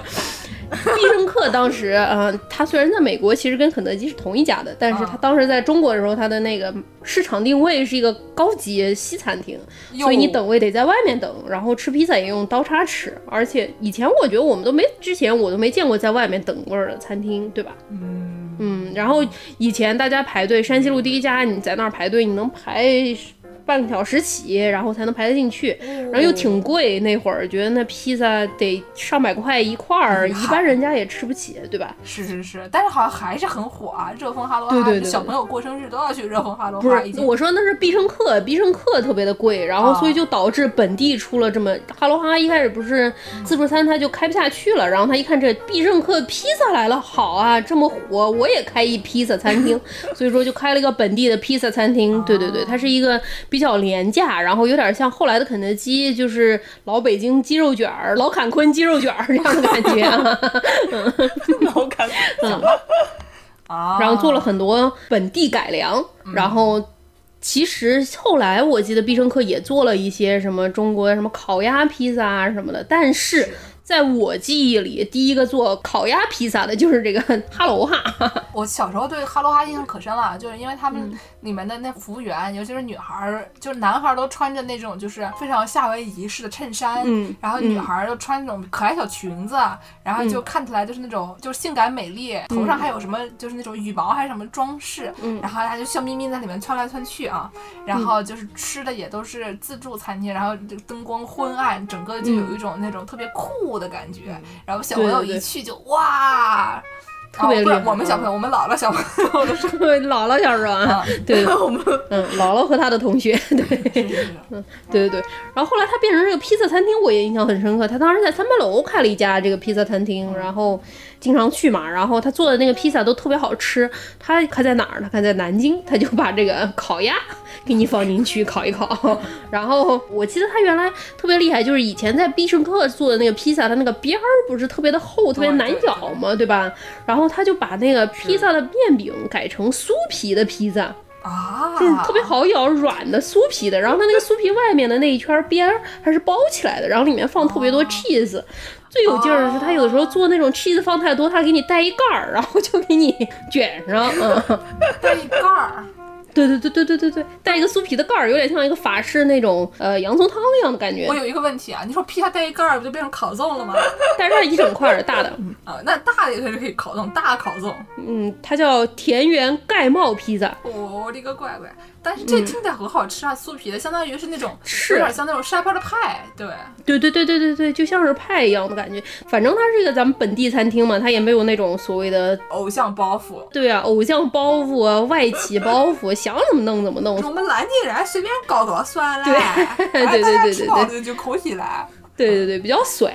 [SPEAKER 3] 必胜客当时，嗯、呃，它虽然在美国其实跟肯德基是同一家的，但是它
[SPEAKER 1] 啊
[SPEAKER 3] 当时在中国的时候，它的那个市场定位是一个高级西餐厅，所以你
[SPEAKER 1] 哟
[SPEAKER 3] 等位得在外面等，然后吃披萨也用刀叉吃。而且以前我觉得我们都没，之前我都没见过在外面等位儿的餐厅，对吧？
[SPEAKER 1] 嗯，
[SPEAKER 3] 嗯，然后以前大家排队，山西路第一家，你在那儿排队，你能排半个小时起，然后才能排得进去。然后
[SPEAKER 1] 嗯
[SPEAKER 3] 又挺贵，那会儿觉得那披萨得上百块一块儿，
[SPEAKER 1] 厉害
[SPEAKER 3] 一般人家也吃不起，对吧？
[SPEAKER 1] 嗯是是是，但是好像还是很火啊！热风哈罗哈，
[SPEAKER 3] 对对对对
[SPEAKER 1] 小朋友过生日都要去热风哈罗
[SPEAKER 3] 不
[SPEAKER 1] 哈，已
[SPEAKER 3] 是，
[SPEAKER 1] 经
[SPEAKER 3] 我说那是必胜客，必胜客特别的贵，然后
[SPEAKER 1] 啊
[SPEAKER 3] 所以就导致本地出了这么哈喽哈。一开始不是
[SPEAKER 1] 嗯
[SPEAKER 3] 自助餐他就开不下去了，然后他一看这必胜客披萨来了，好啊，这么火，我也开一披萨
[SPEAKER 1] (laughs)
[SPEAKER 3] 餐厅，所以说就开了一个本地的披萨餐厅。对对对，它
[SPEAKER 1] 哦
[SPEAKER 3] 是一个比较廉价，然后有点像后来的肯德基，就是老北京鸡肉卷儿、老坎昆鸡肉卷儿这样的感觉啊。
[SPEAKER 2] 老感
[SPEAKER 1] 啊，
[SPEAKER 3] 然后做了很多本地改良，然后。其实后来我记得必胜客也做了一些什么中国什么烤鸭披萨啊什么的，但是在我记忆里，第一个做烤鸭披萨的就是这个哈喽哈， (laughs)
[SPEAKER 1] 我小时候对哈罗哈印象可深了，就是因为他
[SPEAKER 3] 嗯
[SPEAKER 1] 们里面的那服务员，尤其是女孩儿，就是男孩儿都穿着那种就是非常夏威夷式的衬衫，
[SPEAKER 3] 嗯
[SPEAKER 1] 然后女孩儿又穿那种可爱小裙子，然后就看起来就是那种就是性感美丽，头上还有什么就是那种羽毛还是什么装饰，
[SPEAKER 3] 嗯
[SPEAKER 1] 然后她就笑眯眯在里面窜来窜去啊，然后就是吃的也都是自助餐厅，然后这个灯光昏暗，整个就有一种那种特别酷的感觉，然后小朋友
[SPEAKER 3] 嗯对对
[SPEAKER 1] 一
[SPEAKER 3] 对
[SPEAKER 1] 去就哇。
[SPEAKER 3] 特别
[SPEAKER 1] 哦不是
[SPEAKER 3] 厉害嗯
[SPEAKER 1] 我们小朋友，我们姥姥小朋
[SPEAKER 3] (laughs)
[SPEAKER 1] 友的时候，
[SPEAKER 3] 姥姥小时候啊，对，
[SPEAKER 2] (laughs) 我们
[SPEAKER 3] 嗯，姥姥和她的同学， (laughs) 对。
[SPEAKER 1] 是是是
[SPEAKER 3] 对对对，然后后来它变成这个披萨餐厅，我也印象很深刻。他当时在三八楼开了一家这个披萨餐厅，然后经常去嘛，然后他做的那个披萨都特别好吃。他开在哪儿？他开在南京，他就把这个烤鸭给你放进去烤一烤。然后我记得他原来特别厉害，就是以前在必胜客做的那个披萨，它那个边儿不是特别的厚，特别难咬嘛，哦对吧？然后他就把那个披萨的面饼改成酥皮的披萨。
[SPEAKER 1] 啊，
[SPEAKER 3] 就是特别好咬，软的酥皮的，然后它那个酥皮外面的那一圈边儿还是包起来的，然后里面放特别多 cheese。最有劲儿的是，它有时候做那种 cheese 放太多，它给你带一盖儿，然后就给你卷上。嗯，
[SPEAKER 1] 带一盖儿，
[SPEAKER 3] 对对对对对对对，带一个酥皮的盖儿，有点像一个法式那种呃洋葱汤一样的感觉
[SPEAKER 1] 我，有一个问题啊，你说披萨带一盖儿不就变成烤粽了吗？
[SPEAKER 3] 但是它一整块儿的大的，嗯
[SPEAKER 1] 啊，那大的也是可以烤粽，大烤粽。
[SPEAKER 3] 嗯，它叫田园盖帽披萨。
[SPEAKER 1] 我我的个乖乖！但是这听起来很好吃啊，酥皮的，相当于是那种
[SPEAKER 3] 嗯是
[SPEAKER 1] 有点像那种沙包的派，对，
[SPEAKER 3] 对对对对对对，就像是派一样的感觉。反正它是一个咱们本地餐厅嘛，它也没有那种所谓的
[SPEAKER 1] 偶像包袱。
[SPEAKER 3] 对啊，偶像包袱啊， (laughs) 外企包袱，想怎么弄怎么弄。
[SPEAKER 1] 我们南京人随便搞搞哎算了，
[SPEAKER 3] 对对对对对对
[SPEAKER 1] 脑子就抠起
[SPEAKER 3] (laughs)
[SPEAKER 1] 来，
[SPEAKER 3] 对对对，比较甩。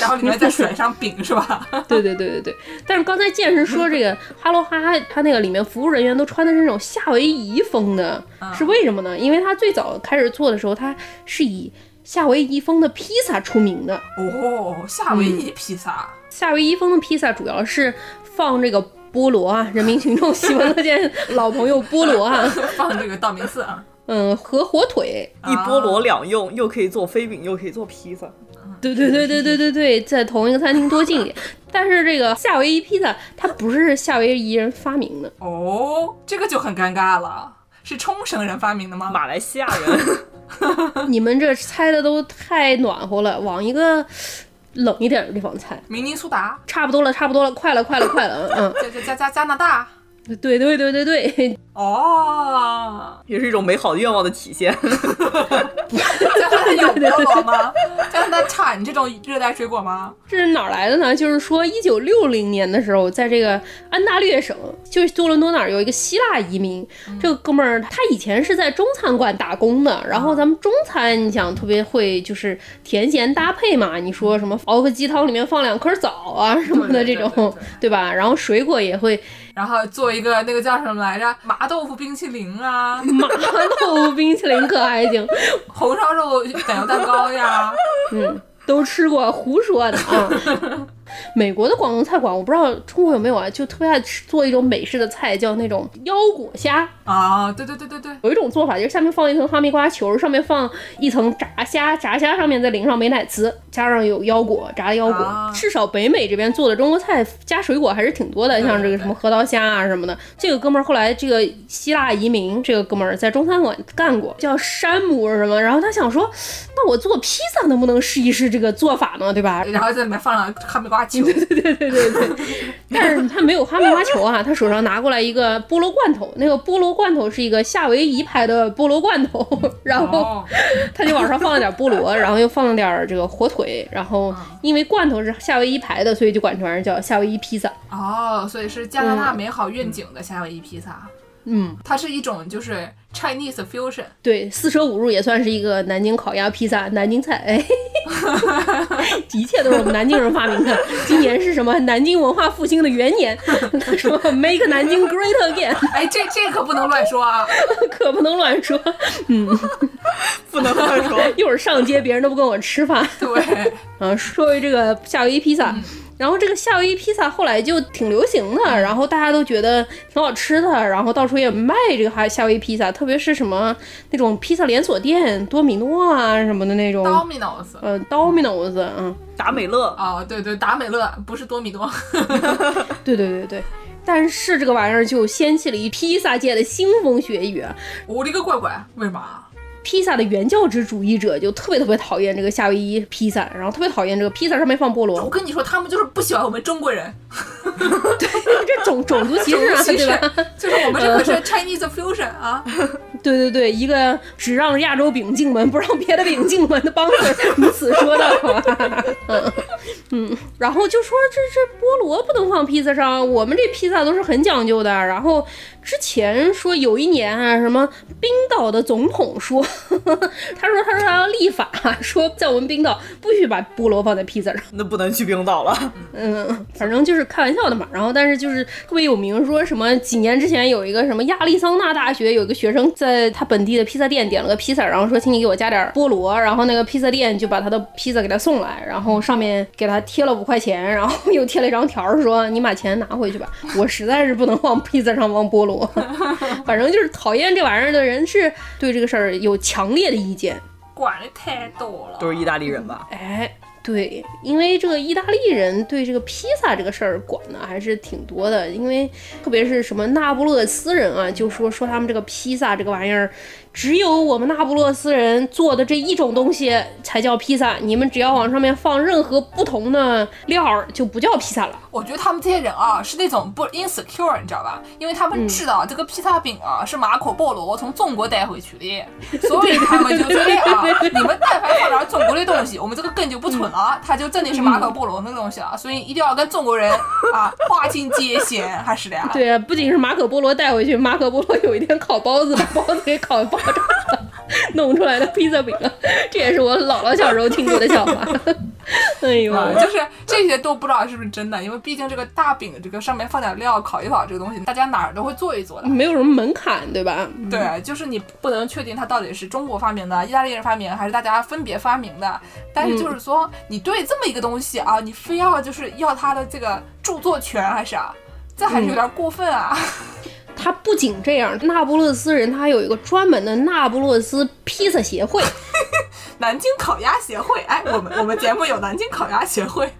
[SPEAKER 1] 然后里面再甩上饼是吧？ (laughs)
[SPEAKER 3] 对对对对对。但是刚才健身说这个哈喽哈，他那个里面服务人员都穿的是那种夏威夷风的，是为什么呢？因为他最早开始做的时候，他是以夏威夷风的披萨出名的。
[SPEAKER 1] 哦，夏威夷披萨， (laughs)
[SPEAKER 3] 夏威夷风的披萨主要是放这个菠萝啊，人民群众喜闻乐见老朋友菠萝啊，
[SPEAKER 1] 放这个道明寺啊，
[SPEAKER 3] 嗯，和火腿，
[SPEAKER 2] 一菠
[SPEAKER 1] 哦
[SPEAKER 2] 萝两用，又可以做飞饼，又可以做披萨。
[SPEAKER 3] 对对对对对对对，在同一个餐厅多进一点。但是这个夏威夷披萨，它不是夏威夷人发明的，
[SPEAKER 1] 哦，这个就很尴尬了。是冲绳人发明的吗？
[SPEAKER 2] 马来西亚人 (laughs)
[SPEAKER 3] 你们这猜的都太暖和了，往一个冷一点的地方猜。
[SPEAKER 1] 明尼苏达，
[SPEAKER 3] 差不多了，差不多了，快了，快了，快了，
[SPEAKER 1] 加加加加加拿大。
[SPEAKER 3] 嗯，对对对对对， (laughs)
[SPEAKER 1] 哦，
[SPEAKER 2] 也是一种美好愿望的体现。 (laughs)
[SPEAKER 1] 加拿大有菠萝吗？加拿大产这种热带水果吗？
[SPEAKER 3] 这是哪儿来的呢？就是说，一九六零年的时候，在这个安大略省，就是多伦多那儿有一个希腊移民，
[SPEAKER 1] 嗯
[SPEAKER 3] 这个哥们儿他以前是在中餐馆打工的，然后咱们中餐你想特别会就是甜咸搭配嘛，你说什么熬个鸡汤里面放两颗枣啊什么的
[SPEAKER 1] 对
[SPEAKER 3] 这
[SPEAKER 1] 对
[SPEAKER 3] 种
[SPEAKER 1] 对对，
[SPEAKER 3] 对吧？然后水果也会
[SPEAKER 1] 然后做一个那个叫什么来着，麻豆腐冰淇淋啊，
[SPEAKER 3] 麻豆腐冰淇淋可还行，
[SPEAKER 1] 红烧肉奶油蛋糕呀， (laughs)
[SPEAKER 3] 嗯，都吃过，胡说的啊。
[SPEAKER 1] (laughs)
[SPEAKER 3] 美国的广东菜馆，我不知道中国有没有啊，就特别爱吃做一种美式的菜，叫那种腰果虾。
[SPEAKER 1] 啊，对对对对对，
[SPEAKER 3] 有一种做法就是下面放一层哈密瓜球，上面放一层炸虾，炸虾上面再淋上美乃滋，加上有腰果，炸的腰果。
[SPEAKER 1] 啊
[SPEAKER 3] 至少北美这边做的中国菜加水果还是挺多的，
[SPEAKER 1] 对
[SPEAKER 3] 像这个
[SPEAKER 1] 对
[SPEAKER 3] 什么核桃虾啊什么的。这个哥们儿后来这个希腊移民，这个哥们儿在中餐馆干过，叫山姆什么，然后他想说，那我做披萨能不能试一试这个做法呢？
[SPEAKER 1] (laughs)
[SPEAKER 3] 对吧？
[SPEAKER 1] 然后在里面放上哈密瓜
[SPEAKER 3] (laughs)
[SPEAKER 1] 球，
[SPEAKER 3] 但是他没有哈密瓜球啊，他手上拿过来一个菠萝罐头，那个菠萝罐头是一个夏威夷牌的菠萝罐头， (laughs) 然后
[SPEAKER 1] 哦，
[SPEAKER 3] 他就往上放了点菠萝，然后又放了点这个火腿，然后因为罐头是夏威夷牌的，所以就管这玩意儿叫夏威夷披萨。
[SPEAKER 1] 哦，所以是加拿大美好愿景的夏威夷披萨，
[SPEAKER 3] 嗯，
[SPEAKER 1] 它是一种就是 Chinese fusion，
[SPEAKER 3] 对，四舍五入也算是一个南京烤鸭披萨，南京菜，哎，一切都是我们南京人发明的。今年是什么南京文化复兴的元年？他说 (laughs) “Make 南京 Great Again”，
[SPEAKER 1] (laughs) 哎，这这可不能乱说啊，
[SPEAKER 3] 可不能乱说。
[SPEAKER 2] 不能乱说。
[SPEAKER 3] 一会儿上街，别人都不跟我吃饭。 (laughs)
[SPEAKER 1] 对，
[SPEAKER 3] 嗯，说回这个夏威夷披
[SPEAKER 1] 嗯
[SPEAKER 3] 萨，然后这个夏威夷披萨后来就挺流行的，然后大家都觉得挺好吃的，然后到处也卖这个哈夏威夷披萨，特别是什么那种披萨连锁店，多米诺啊什么的那种，
[SPEAKER 1] Domino's。
[SPEAKER 3] 呃，Domino's，嗯，
[SPEAKER 2] 达美乐
[SPEAKER 1] 哦，对对，达美乐不是多米诺，
[SPEAKER 3] 对对对对。但是这个玩意儿就掀起了一披萨界的腥风血雨啊，
[SPEAKER 1] 我勒个乖乖，为啊嘛？
[SPEAKER 3] 披萨的原教旨主义者就特别特别讨厌这个夏威夷披萨，然后特别讨厌这个披萨上面放菠萝
[SPEAKER 1] 我，跟你说，他们就是不喜欢我们中国人，
[SPEAKER 3] 这种种族歧
[SPEAKER 1] 种
[SPEAKER 3] 视啊，
[SPEAKER 1] 族歧
[SPEAKER 3] 对吧嗯
[SPEAKER 1] 视？，就是我们这个是 Chinese fusion 啊，
[SPEAKER 3] 对对对，一个只让亚洲饼进门，不让别的饼进门的帮子， (laughs) 如此说道啊。嗯嗯，然后就说这这菠萝不能放披萨上，我们这披萨都是很讲究的。然后之前说有一年啊，什么冰岛的总统说， (laughs) 他说他说他要立法，说在我们冰岛不许把菠萝放在披萨上。
[SPEAKER 2] 那不能去冰岛了，
[SPEAKER 3] 嗯，反正就是开玩笑的嘛。然后，但是就是特别有名，说什么几年之前有一个什么亚利桑那大学有一个学生在他本地的披萨店点了个披萨，然后说请你给我加点菠萝，然后那个披萨店就把他的披萨给他送来，然后上面给他贴了五块钱，然后又贴了一张条儿说你把钱拿回去吧，我实在是不能往披萨上放菠萝。 (laughs) 反正就是讨厌这玩意儿的人是对这个事儿有强烈的意见。
[SPEAKER 1] 管的太多了，
[SPEAKER 2] 都是意大利人吧？
[SPEAKER 3] 哎，对，因为这个意大利人对这个披萨这个事儿管的还是挺多的，因为特别是什么那不勒斯人啊，就说说他们这个披萨这个玩意儿，只有我们那不勒斯人做的这一种东西才叫披萨，你们只要往上面放任何不同的料儿，就不叫披萨了。
[SPEAKER 1] 我觉得他们这些人啊，是那种不 insecure，你知道吧？因为他们知道这个披萨饼啊是马可波罗从中国带回去的，所以他们就觉得啊，你们但凡放点中国的东西，我们这个根就不纯了， (laughs) 它就真的是马可波罗那个东西了，所以一定要跟中国人啊划清界限， (laughs) 还是的啊。
[SPEAKER 3] 对啊，不仅是马可波罗带回去，马可波罗有一天烤包子，把包子给烤爆炸了，弄出来的披萨饼，啊这也是我姥姥小时候听过的笑话。 (laughs) 哎呦，
[SPEAKER 1] 啊，就是这些都不知道是不是真的，因为毕竟这个大饼这个上面放点料烤一烤这个东西，大家哪儿都会做一做的。
[SPEAKER 3] 没有什么门槛，对吧？
[SPEAKER 1] 对，就是你不能确定它到底是中国发明的、意大利人发明，还是大家分别发明的。但
[SPEAKER 3] 嗯
[SPEAKER 1] 是就是说，你对这么一个东西啊，你非要就是要它的这个著作权，还是啊，这还是
[SPEAKER 3] 嗯
[SPEAKER 1] 有点过分啊。 (laughs)
[SPEAKER 3] 他不仅这样，那不勒斯人他有一个专门的那不勒斯披萨协会，
[SPEAKER 1] 南京烤鸭协会，哎，我们我们节目有南京烤鸭协会，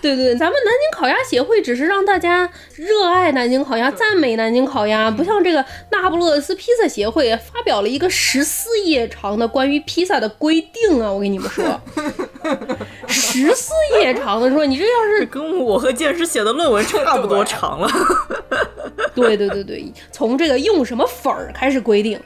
[SPEAKER 3] 对对，咱们南京烤鸭协会只是让大家热爱南京烤鸭，赞美南京烤鸭，不像这个那不勒斯披萨协会发表了一个十四页长的关于披萨的规定啊！我跟你们说，十四页长的说，你这要是
[SPEAKER 2] 跟我和剑师写的论文差不多长了。 (laughs)
[SPEAKER 3] 对对对对，从这个用什么粉儿开始规定，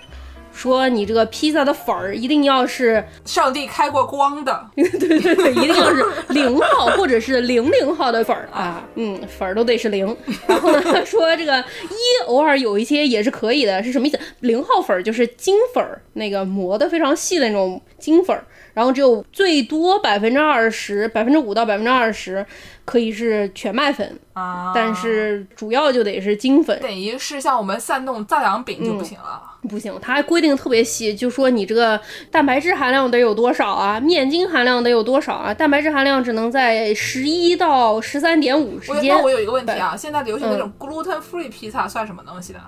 [SPEAKER 3] 说你这个披萨的粉儿一定要是
[SPEAKER 1] 上帝开过光的，
[SPEAKER 3] 对对对，一定要是零号或者是零零号的粉儿啊，嗯，粉儿都得是零。然后呢，说这个一偶尔有一些也是可以的，是什么意思？零号粉儿就是金粉儿，那个磨得非常细的那种金粉儿，然后只有最多百分之二十，百分之五到百分之二十。可以是全麦粉，
[SPEAKER 1] 啊，
[SPEAKER 3] 但是主要就得是精粉。
[SPEAKER 1] 等于是像我们散冻藏粮饼
[SPEAKER 3] 嗯
[SPEAKER 1] 就不行了，
[SPEAKER 3] 不行，它还规定特别细，就说你这个蛋白质含量得有多少啊，面筋含量得有多少啊，蛋白质含量只能在十一到十三点五之
[SPEAKER 1] 我
[SPEAKER 3] 间
[SPEAKER 1] 那我。有一个问题啊，现在流
[SPEAKER 3] 嗯
[SPEAKER 1] 行那种 gluten free 披萨算什么东西呢？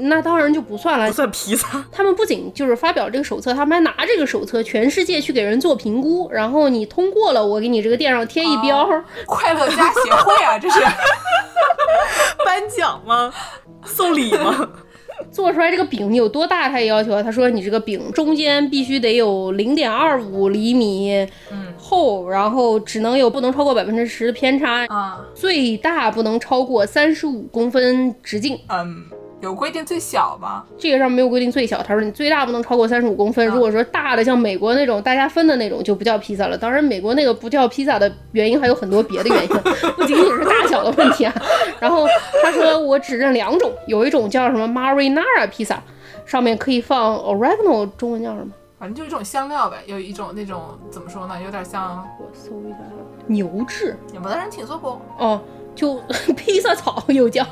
[SPEAKER 3] 那当然就不算了
[SPEAKER 2] 不。算披萨，
[SPEAKER 3] 他们不仅就是发表这个手册，他们还拿这个手册全世界去给人做评估，然后你通过了，我给你这个店上贴一标。
[SPEAKER 1] 哦快乐家协会啊，
[SPEAKER 3] (laughs)
[SPEAKER 1] 这是
[SPEAKER 2] 颁奖吗？送礼吗？ (laughs)
[SPEAKER 3] 做出来这个饼有多大，他也要求啊。他说你这个饼中间必须得有零点二五厘米
[SPEAKER 1] 嗯
[SPEAKER 3] 厚，然后只能有不能超过百分之十的偏差，
[SPEAKER 1] 啊，
[SPEAKER 3] 最大不能超过三十五公分直径。
[SPEAKER 1] 嗯，有规定最小吗？
[SPEAKER 3] 这个上没有规定最小，他说你最大不能超过三十五公分。
[SPEAKER 1] 啊
[SPEAKER 3] 如果说大的像美国那种大家分的那种就不叫披萨了。当然，美国那个不叫披萨的原因还有很多别的 (laughs) 原因，不仅仅是大小的问题啊。然后他说我只认两种，有一种叫什么 marinara 披萨，上面可以放 oregano，中文叫什么？
[SPEAKER 1] 反正就是一种香料呗，有一种那种怎么说呢，有点像
[SPEAKER 3] 我搜一下，牛至
[SPEAKER 1] 有的人挺做不，
[SPEAKER 3] 哦，就 (laughs) 披萨草又叫。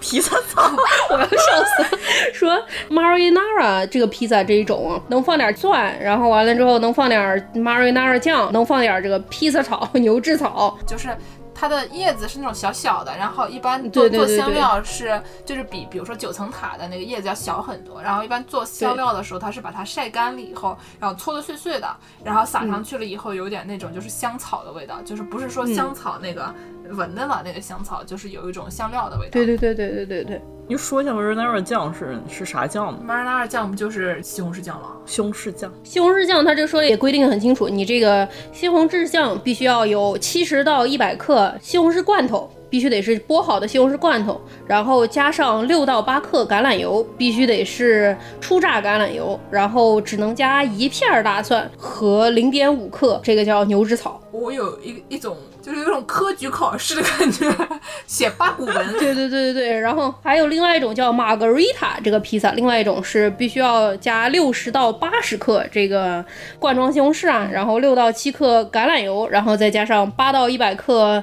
[SPEAKER 2] 披萨草，
[SPEAKER 3] 我要笑死了。 (laughs) 说 marinara 这个披萨这一种啊能放点蒜，然后完了之后能放点 marinara 酱，能放点这个披萨草、 (laughs) 牛至草，
[SPEAKER 1] 就是它的叶子是那种小小的，然后一般做
[SPEAKER 3] 对对
[SPEAKER 1] 做
[SPEAKER 3] 对
[SPEAKER 1] 香
[SPEAKER 3] 对
[SPEAKER 1] 料是就是比比如说九层塔的那个叶子要小很多，然后一般做香料的时候，它是把它晒干了以后，然后搓的碎碎的，然后撒上去了以后，有点那种就是香草的味道，就是不是说香草那
[SPEAKER 3] 嗯
[SPEAKER 1] 个闻的了那个香草，就是有一种香料的味道。
[SPEAKER 3] 对对对对对对对，
[SPEAKER 2] 你说一下 marinara 酱是是啥酱吗？
[SPEAKER 1] 马尔纳尔酱不就是西红柿酱吗？
[SPEAKER 2] 西红柿酱，
[SPEAKER 3] 西红柿酱它这说的也规定得很清楚，你这个西红柿酱必须要有七十到一百克西红柿罐头。必须得是剥好的西红柿罐头，然后加上六到八克橄榄油，必须得是初榨橄榄油，然后只能加一片儿大蒜和零点五克这个叫牛至草。
[SPEAKER 1] 我有一一种就是有种科举考试的感觉， (laughs) 写八股文。
[SPEAKER 3] (laughs) 对对对对对，然后还有另外一种叫玛格丽塔这个披萨，另外一种是必须要加六十到八十克这个罐装西红柿啊，然后六到七克橄榄油，然后再加上八到一百克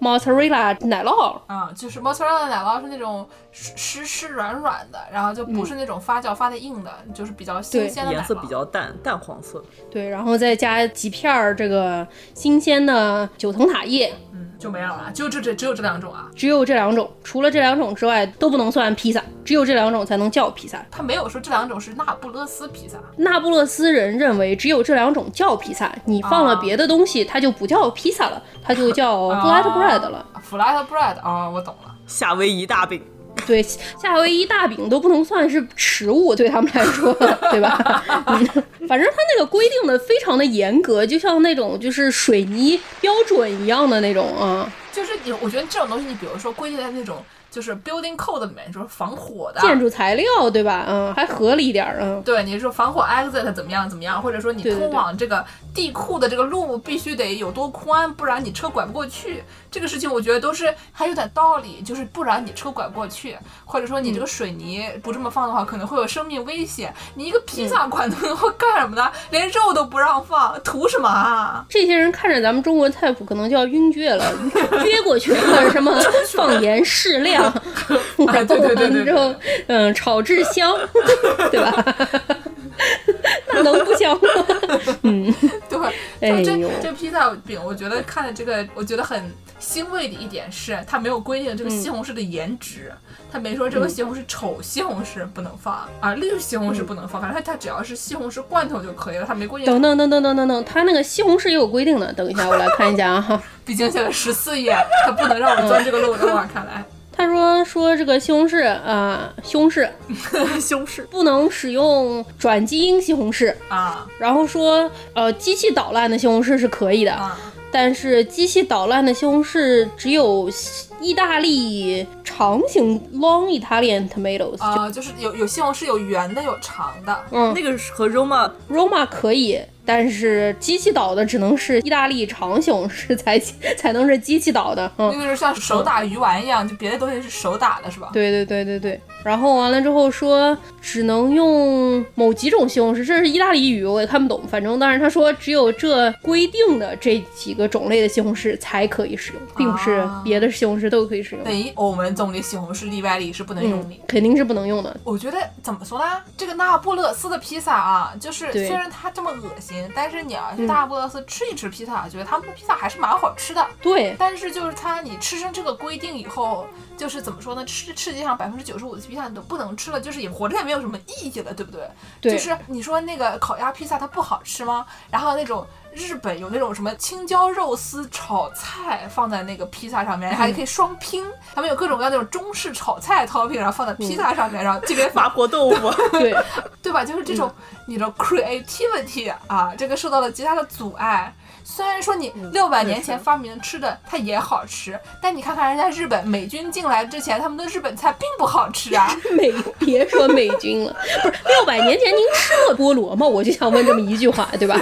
[SPEAKER 3] mozzarella 奶酪，
[SPEAKER 1] 啊，就是 mozzarella 的奶酪是那种湿湿湿软软的，然后就不是那种发酵发的硬的，就是比较新
[SPEAKER 3] 对
[SPEAKER 1] 鲜的奶
[SPEAKER 2] 颜
[SPEAKER 1] 酪。
[SPEAKER 2] 色比较淡，淡黄色。
[SPEAKER 3] 对，然后再加几片儿这个新鲜的九层塔叶，
[SPEAKER 1] 嗯，就没有了，就这这只有这两种啊，
[SPEAKER 3] 只有这两种，除了这两种之外都不能算披萨，只有这两种才能叫披萨。
[SPEAKER 1] 它没有说这两种是那不勒斯披萨。
[SPEAKER 3] 那不勒斯人认为只有这两种叫披萨，你放了
[SPEAKER 1] 啊
[SPEAKER 3] 别的东西，它就不叫披萨了，它就叫 flat
[SPEAKER 1] 啊
[SPEAKER 3] bread 了。
[SPEAKER 1] flat bread 啊、我懂了。
[SPEAKER 2] 夏威夷大饼， (laughs)
[SPEAKER 3] 对，夏威夷大饼都不能算是食物，对他们来说， (laughs) 对吧？嗯反正它那个规定的非常的严格，就像那种就是水泥标准一样的那种啊，
[SPEAKER 1] 就是你，我觉得这种东西，你比如说规定在那种就是 building code 里面，说防火的，啊
[SPEAKER 3] 建筑材料，对吧？嗯，还合理一点儿，嗯。
[SPEAKER 1] 对，你说防火 exit 怎么样怎么样，或者说你
[SPEAKER 3] 对对
[SPEAKER 1] 通往这个地库的这个路必须得有多宽，不然你车拐不过去。这个事情我觉得都是还有点道理，就是不然你车拐不过去，或者说你这个
[SPEAKER 3] 嗯
[SPEAKER 1] 水泥不这么放的话，可能会有生命危险。你一个披
[SPEAKER 3] 嗯
[SPEAKER 1] 萨馆能够干什么呢？连肉都不让放，图什么啊？
[SPEAKER 3] 这些人看着咱们中国菜谱，可能就要晕
[SPEAKER 1] (laughs)
[SPEAKER 3] 厥了，撅过去了，什么放盐适
[SPEAKER 1] (laughs)
[SPEAKER 3] 量，然后
[SPEAKER 1] 啊对对对对
[SPEAKER 3] 完了之后，嗯，炒制
[SPEAKER 1] (laughs)
[SPEAKER 3] 香，对吧？ (laughs) 那能不
[SPEAKER 1] (laughs)
[SPEAKER 3] 香吗？
[SPEAKER 1] 对，
[SPEAKER 3] 哎
[SPEAKER 1] 就这、
[SPEAKER 3] 呦
[SPEAKER 1] 这披萨饼，我觉得看了这个，我觉得很欣慰的一点是，它没有规定这
[SPEAKER 3] 嗯
[SPEAKER 1] 个西红柿的颜值，它没说这个西红柿丑西红柿不能放啊，绿西红柿不能放，反正它它只要是西红柿罐头就可以了，它没规定。
[SPEAKER 3] 嗯等等等等等等等，他那个西红柿也有规定的。等一下，我来看一下啊。 (laughs) 哈。
[SPEAKER 1] 毕竟写了十四页，它不能让我钻这个漏洞啊！看来
[SPEAKER 3] 他说说这个西红柿啊、西红柿
[SPEAKER 2] 西红柿，
[SPEAKER 3] 不能使用转基因西红柿，
[SPEAKER 1] 啊
[SPEAKER 3] 然后说呃机器捣烂的西红柿是可以的，
[SPEAKER 1] 啊，
[SPEAKER 3] 但是机器捣烂的西红柿只有意大利长形 long Italian tomatoes，、
[SPEAKER 1] 啊，就是有有西红柿有圆的有长的，
[SPEAKER 3] 嗯
[SPEAKER 2] 那个是和 Roma
[SPEAKER 3] ，Roma 可以，但是机器捣的只能是意大利长西红柿才才能是机器捣的，嗯
[SPEAKER 1] 那。个是像手打鱼丸一样，就别的东西是手打的是吧？
[SPEAKER 3] 对对对对对，然后完了之后说只能用某几种西红柿，这是意大利语，我也看不懂。反正当然他说只有这规定的这几个种类的西红柿才可以使用，并不是
[SPEAKER 1] 啊
[SPEAKER 3] 别的西红柿都可以使用，嗯
[SPEAKER 1] 等于欧盟总理西红柿例外里是不能用的。
[SPEAKER 3] 肯定是不能用的。
[SPEAKER 1] 我觉得怎么说呢？这个那不勒斯的披萨啊，就是
[SPEAKER 3] 对
[SPEAKER 1] 虽然它这么恶心，但是你要去
[SPEAKER 3] 嗯
[SPEAKER 1] 那不勒斯吃一吃披萨，觉得他们的披萨还是蛮好吃的。
[SPEAKER 3] 对，
[SPEAKER 1] 但是就是它，你吃成这个规定以后，就是怎么说呢？吃世界上百分之九十五的披萨你都不能吃了，就是也活着也没有什么意义了，对不对？
[SPEAKER 3] 对
[SPEAKER 1] 就是你说那个烤鸭披萨它不好吃吗？然后那种日本有那种什么青椒肉丝炒菜放在那个披萨上面，
[SPEAKER 3] 嗯
[SPEAKER 1] 还可以双拼，他们有各种各样那种中式炒菜 topping，然后放在披萨上面，然后这边
[SPEAKER 2] 麻婆豆腐，
[SPEAKER 3] 对，
[SPEAKER 1] 对吧？就是这种你的 creativity 啊，这个受到了极大的阻碍。虽然说你六百年前发明吃的它也好吃，但你看看人家日本美军进来之前，他们的日本菜并不好吃啊。
[SPEAKER 3] (laughs) 美别说美军了，不是六百年前您吃过菠萝吗？我就想问这么一句话，对吧？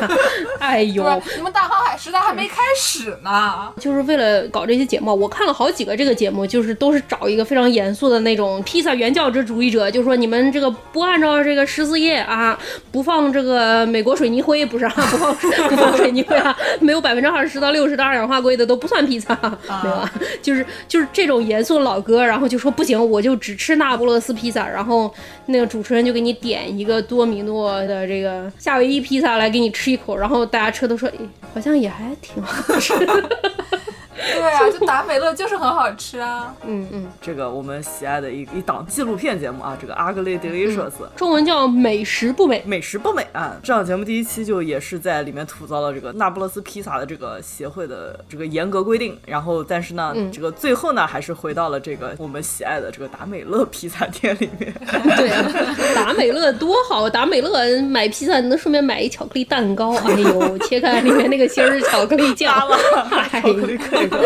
[SPEAKER 3] 哎
[SPEAKER 1] 对
[SPEAKER 3] 呦，
[SPEAKER 1] 吧？你们大航海时代还没开始呢。
[SPEAKER 3] 就是为了搞这些节目，我看了好几个这个节目，就是都是找一个非常严肃的那种披萨原教旨主义者，就说你们这个不按照这个十四页啊，不放这个美国水泥灰，不是、啊、 (laughs) 不放不放水泥灰啊， (laughs) 没有百分之二十到六十的二氧化硅的都不算披萨， (laughs) 没有啊，就是就是这种严肃的老哥，然后就说不行，我就只吃那不勒斯披萨，然后那个主持人就给你点一个多米诺的这个夏威夷披萨来给你吃一口，然后大家吃都说，诶好像也还挺好吃的。
[SPEAKER 1] 对啊，就达美乐就是很好吃啊。
[SPEAKER 3] 嗯，嗯，
[SPEAKER 2] 这个我们喜爱的一一档纪录片节目啊，这个《Ugly Delicious》
[SPEAKER 3] 中文叫美食
[SPEAKER 2] (laughs)
[SPEAKER 3] 不美。
[SPEAKER 2] 美食不美啊！这档节目第一期就也是在里面吐槽了这个那不勒斯披萨的这个协会的这个严格规定，然后但是呢，这个最后呢还是回到了这个我们喜爱的这个达美乐披萨店里面。
[SPEAKER 3] 对啊，达美乐多好，达美乐买披萨能顺便买一巧克力蛋糕。哎呦，切开里面那个芯儿是巧克力酱
[SPEAKER 2] 加， (laughs) 了
[SPEAKER 3] 哎
[SPEAKER 2] 巧克力可可，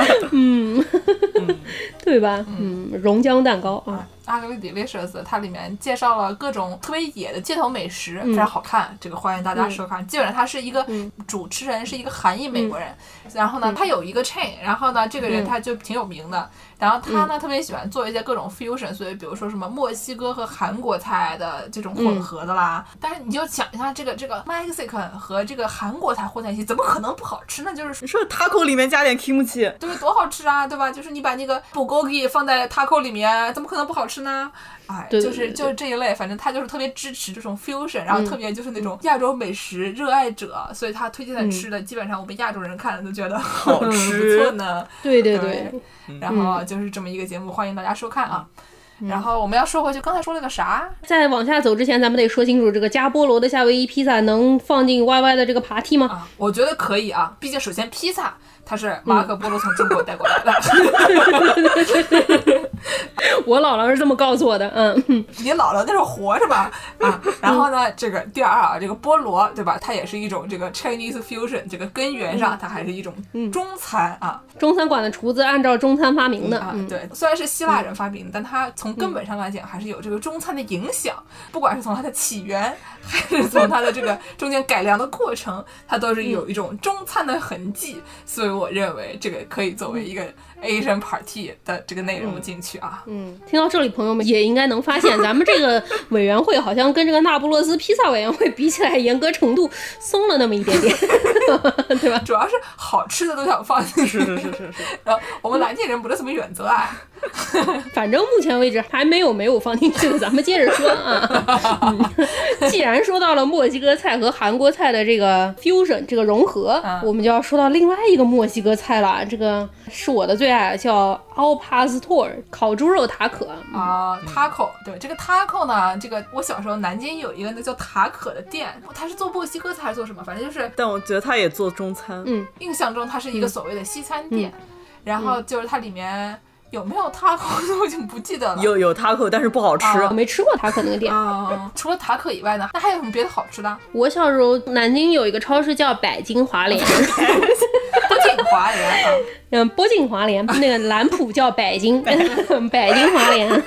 [SPEAKER 3] 对吧？嗯，熔浆蛋糕啊，
[SPEAKER 1] 《Ugly Delicious》它里面介绍了各种特别野的街头美食，非常好看，这个欢迎大家收看。基本上他是一个主持人是一个韩裔美国人，然后呢，他有一个 chain，然后呢，这个人他就挺有名的。然后他呢特别喜欢做一些各种 fusion，所以比如说什么墨西哥和韩国菜的这种混合的啦。但是你就想一下，这个这个 Mexican 和这个韩国菜混在一起，怎么可能不好吃呢？就是
[SPEAKER 2] 你说塔口里面加点 kimchi，
[SPEAKER 1] 对，多好吃啊，对吧？就是你把那个 bulgogi 放在 taco 里面，怎么可能不好吃呢？哎，
[SPEAKER 3] 对
[SPEAKER 1] 就
[SPEAKER 3] 对
[SPEAKER 1] 是
[SPEAKER 3] 对嗯
[SPEAKER 1] 就是这一类，反正他就是特别支持这种 fusion，然后特别就是那种亚洲美食热爱者，所以他推
[SPEAKER 3] 嗯
[SPEAKER 1] 荐的吃的，基本上我们亚洲人看了都觉
[SPEAKER 3] (laughs)
[SPEAKER 1] 得好
[SPEAKER 2] 吃
[SPEAKER 1] 不错呢。
[SPEAKER 3] 对对
[SPEAKER 1] 对
[SPEAKER 3] 对，嗯
[SPEAKER 1] 然后就是这么一个节目，欢迎大家收看啊。然后我们要说回去，刚才说了个啥？
[SPEAKER 3] 在往下走之前，咱们得说清楚，这个加菠萝的夏威夷披萨能放进 YY 的这个爬梯吗？
[SPEAKER 1] 啊，我觉得可以啊，毕竟首先披萨它是马
[SPEAKER 3] 嗯
[SPEAKER 1] 可波罗从中国带过来
[SPEAKER 3] (laughs)
[SPEAKER 1] 的，
[SPEAKER 3] 我姥姥是这么告诉我的，嗯，
[SPEAKER 1] 你姥姥那时候活着吧啊，然后呢，这个第二啊，这个菠萝对吧？它也是一种这个 Chinese fusion，这个根源
[SPEAKER 3] 嗯
[SPEAKER 1] 上它还是一种中餐啊
[SPEAKER 3] 中餐馆的厨子按照中餐发明的，
[SPEAKER 1] 啊
[SPEAKER 3] 嗯，，
[SPEAKER 1] 对，虽然是希腊人发明，但它从根本上来讲还是有这个中餐的影响，不管是从它的起源，还是从它的这个中间改良的过程，它都是有一种中餐的痕迹，所以我认为这个可以作为一个 Asian party 的这个内容进去啊，
[SPEAKER 3] 嗯，听到这里，朋友们也应该能发现，咱们这个委员会好像跟这个那不勒斯披萨委员会比起来，严格程度松了那么一点点，对吧？
[SPEAKER 1] 主要是好吃的都想放进去
[SPEAKER 2] 是，是是是是，
[SPEAKER 1] (laughs) 然后我们南京人不是什么原则啊。
[SPEAKER 3] 反正目前为止还没有没有放进去的，咱们接着说啊。嗯、既然说到了墨西哥菜和韩国菜的这个 fusion 这个融合，
[SPEAKER 1] 嗯
[SPEAKER 3] 我们就要说到另外一个墨西哥菜了，这个是我的最爱，叫 al pastor 烤猪肉塔可。
[SPEAKER 2] 嗯
[SPEAKER 1] 啊、塔 t a c o 对这个 taco 呢，这个我小时候南京有一个那叫塔可的店，它是做墨西哥菜还是做什么？反正就是
[SPEAKER 2] 但我觉得他也做中餐，
[SPEAKER 1] 印象中它是一
[SPEAKER 2] 嗯
[SPEAKER 1] 个所谓的西餐店，然后就是它里面有没有 taco 我已经不记得了。
[SPEAKER 2] 有有塔口，但是不好吃。
[SPEAKER 3] 我没吃过塔可那个店，
[SPEAKER 1] 啊、除了塔可以外呢，那还有什么别的好吃的？
[SPEAKER 3] 我小时候南京有一个超市叫百金华联，
[SPEAKER 1] 不仅华联啊， (laughs)
[SPEAKER 3] 嗯，波
[SPEAKER 2] (laughs) (laughs)
[SPEAKER 3] 进华联，那个兰普叫北京，北京华联，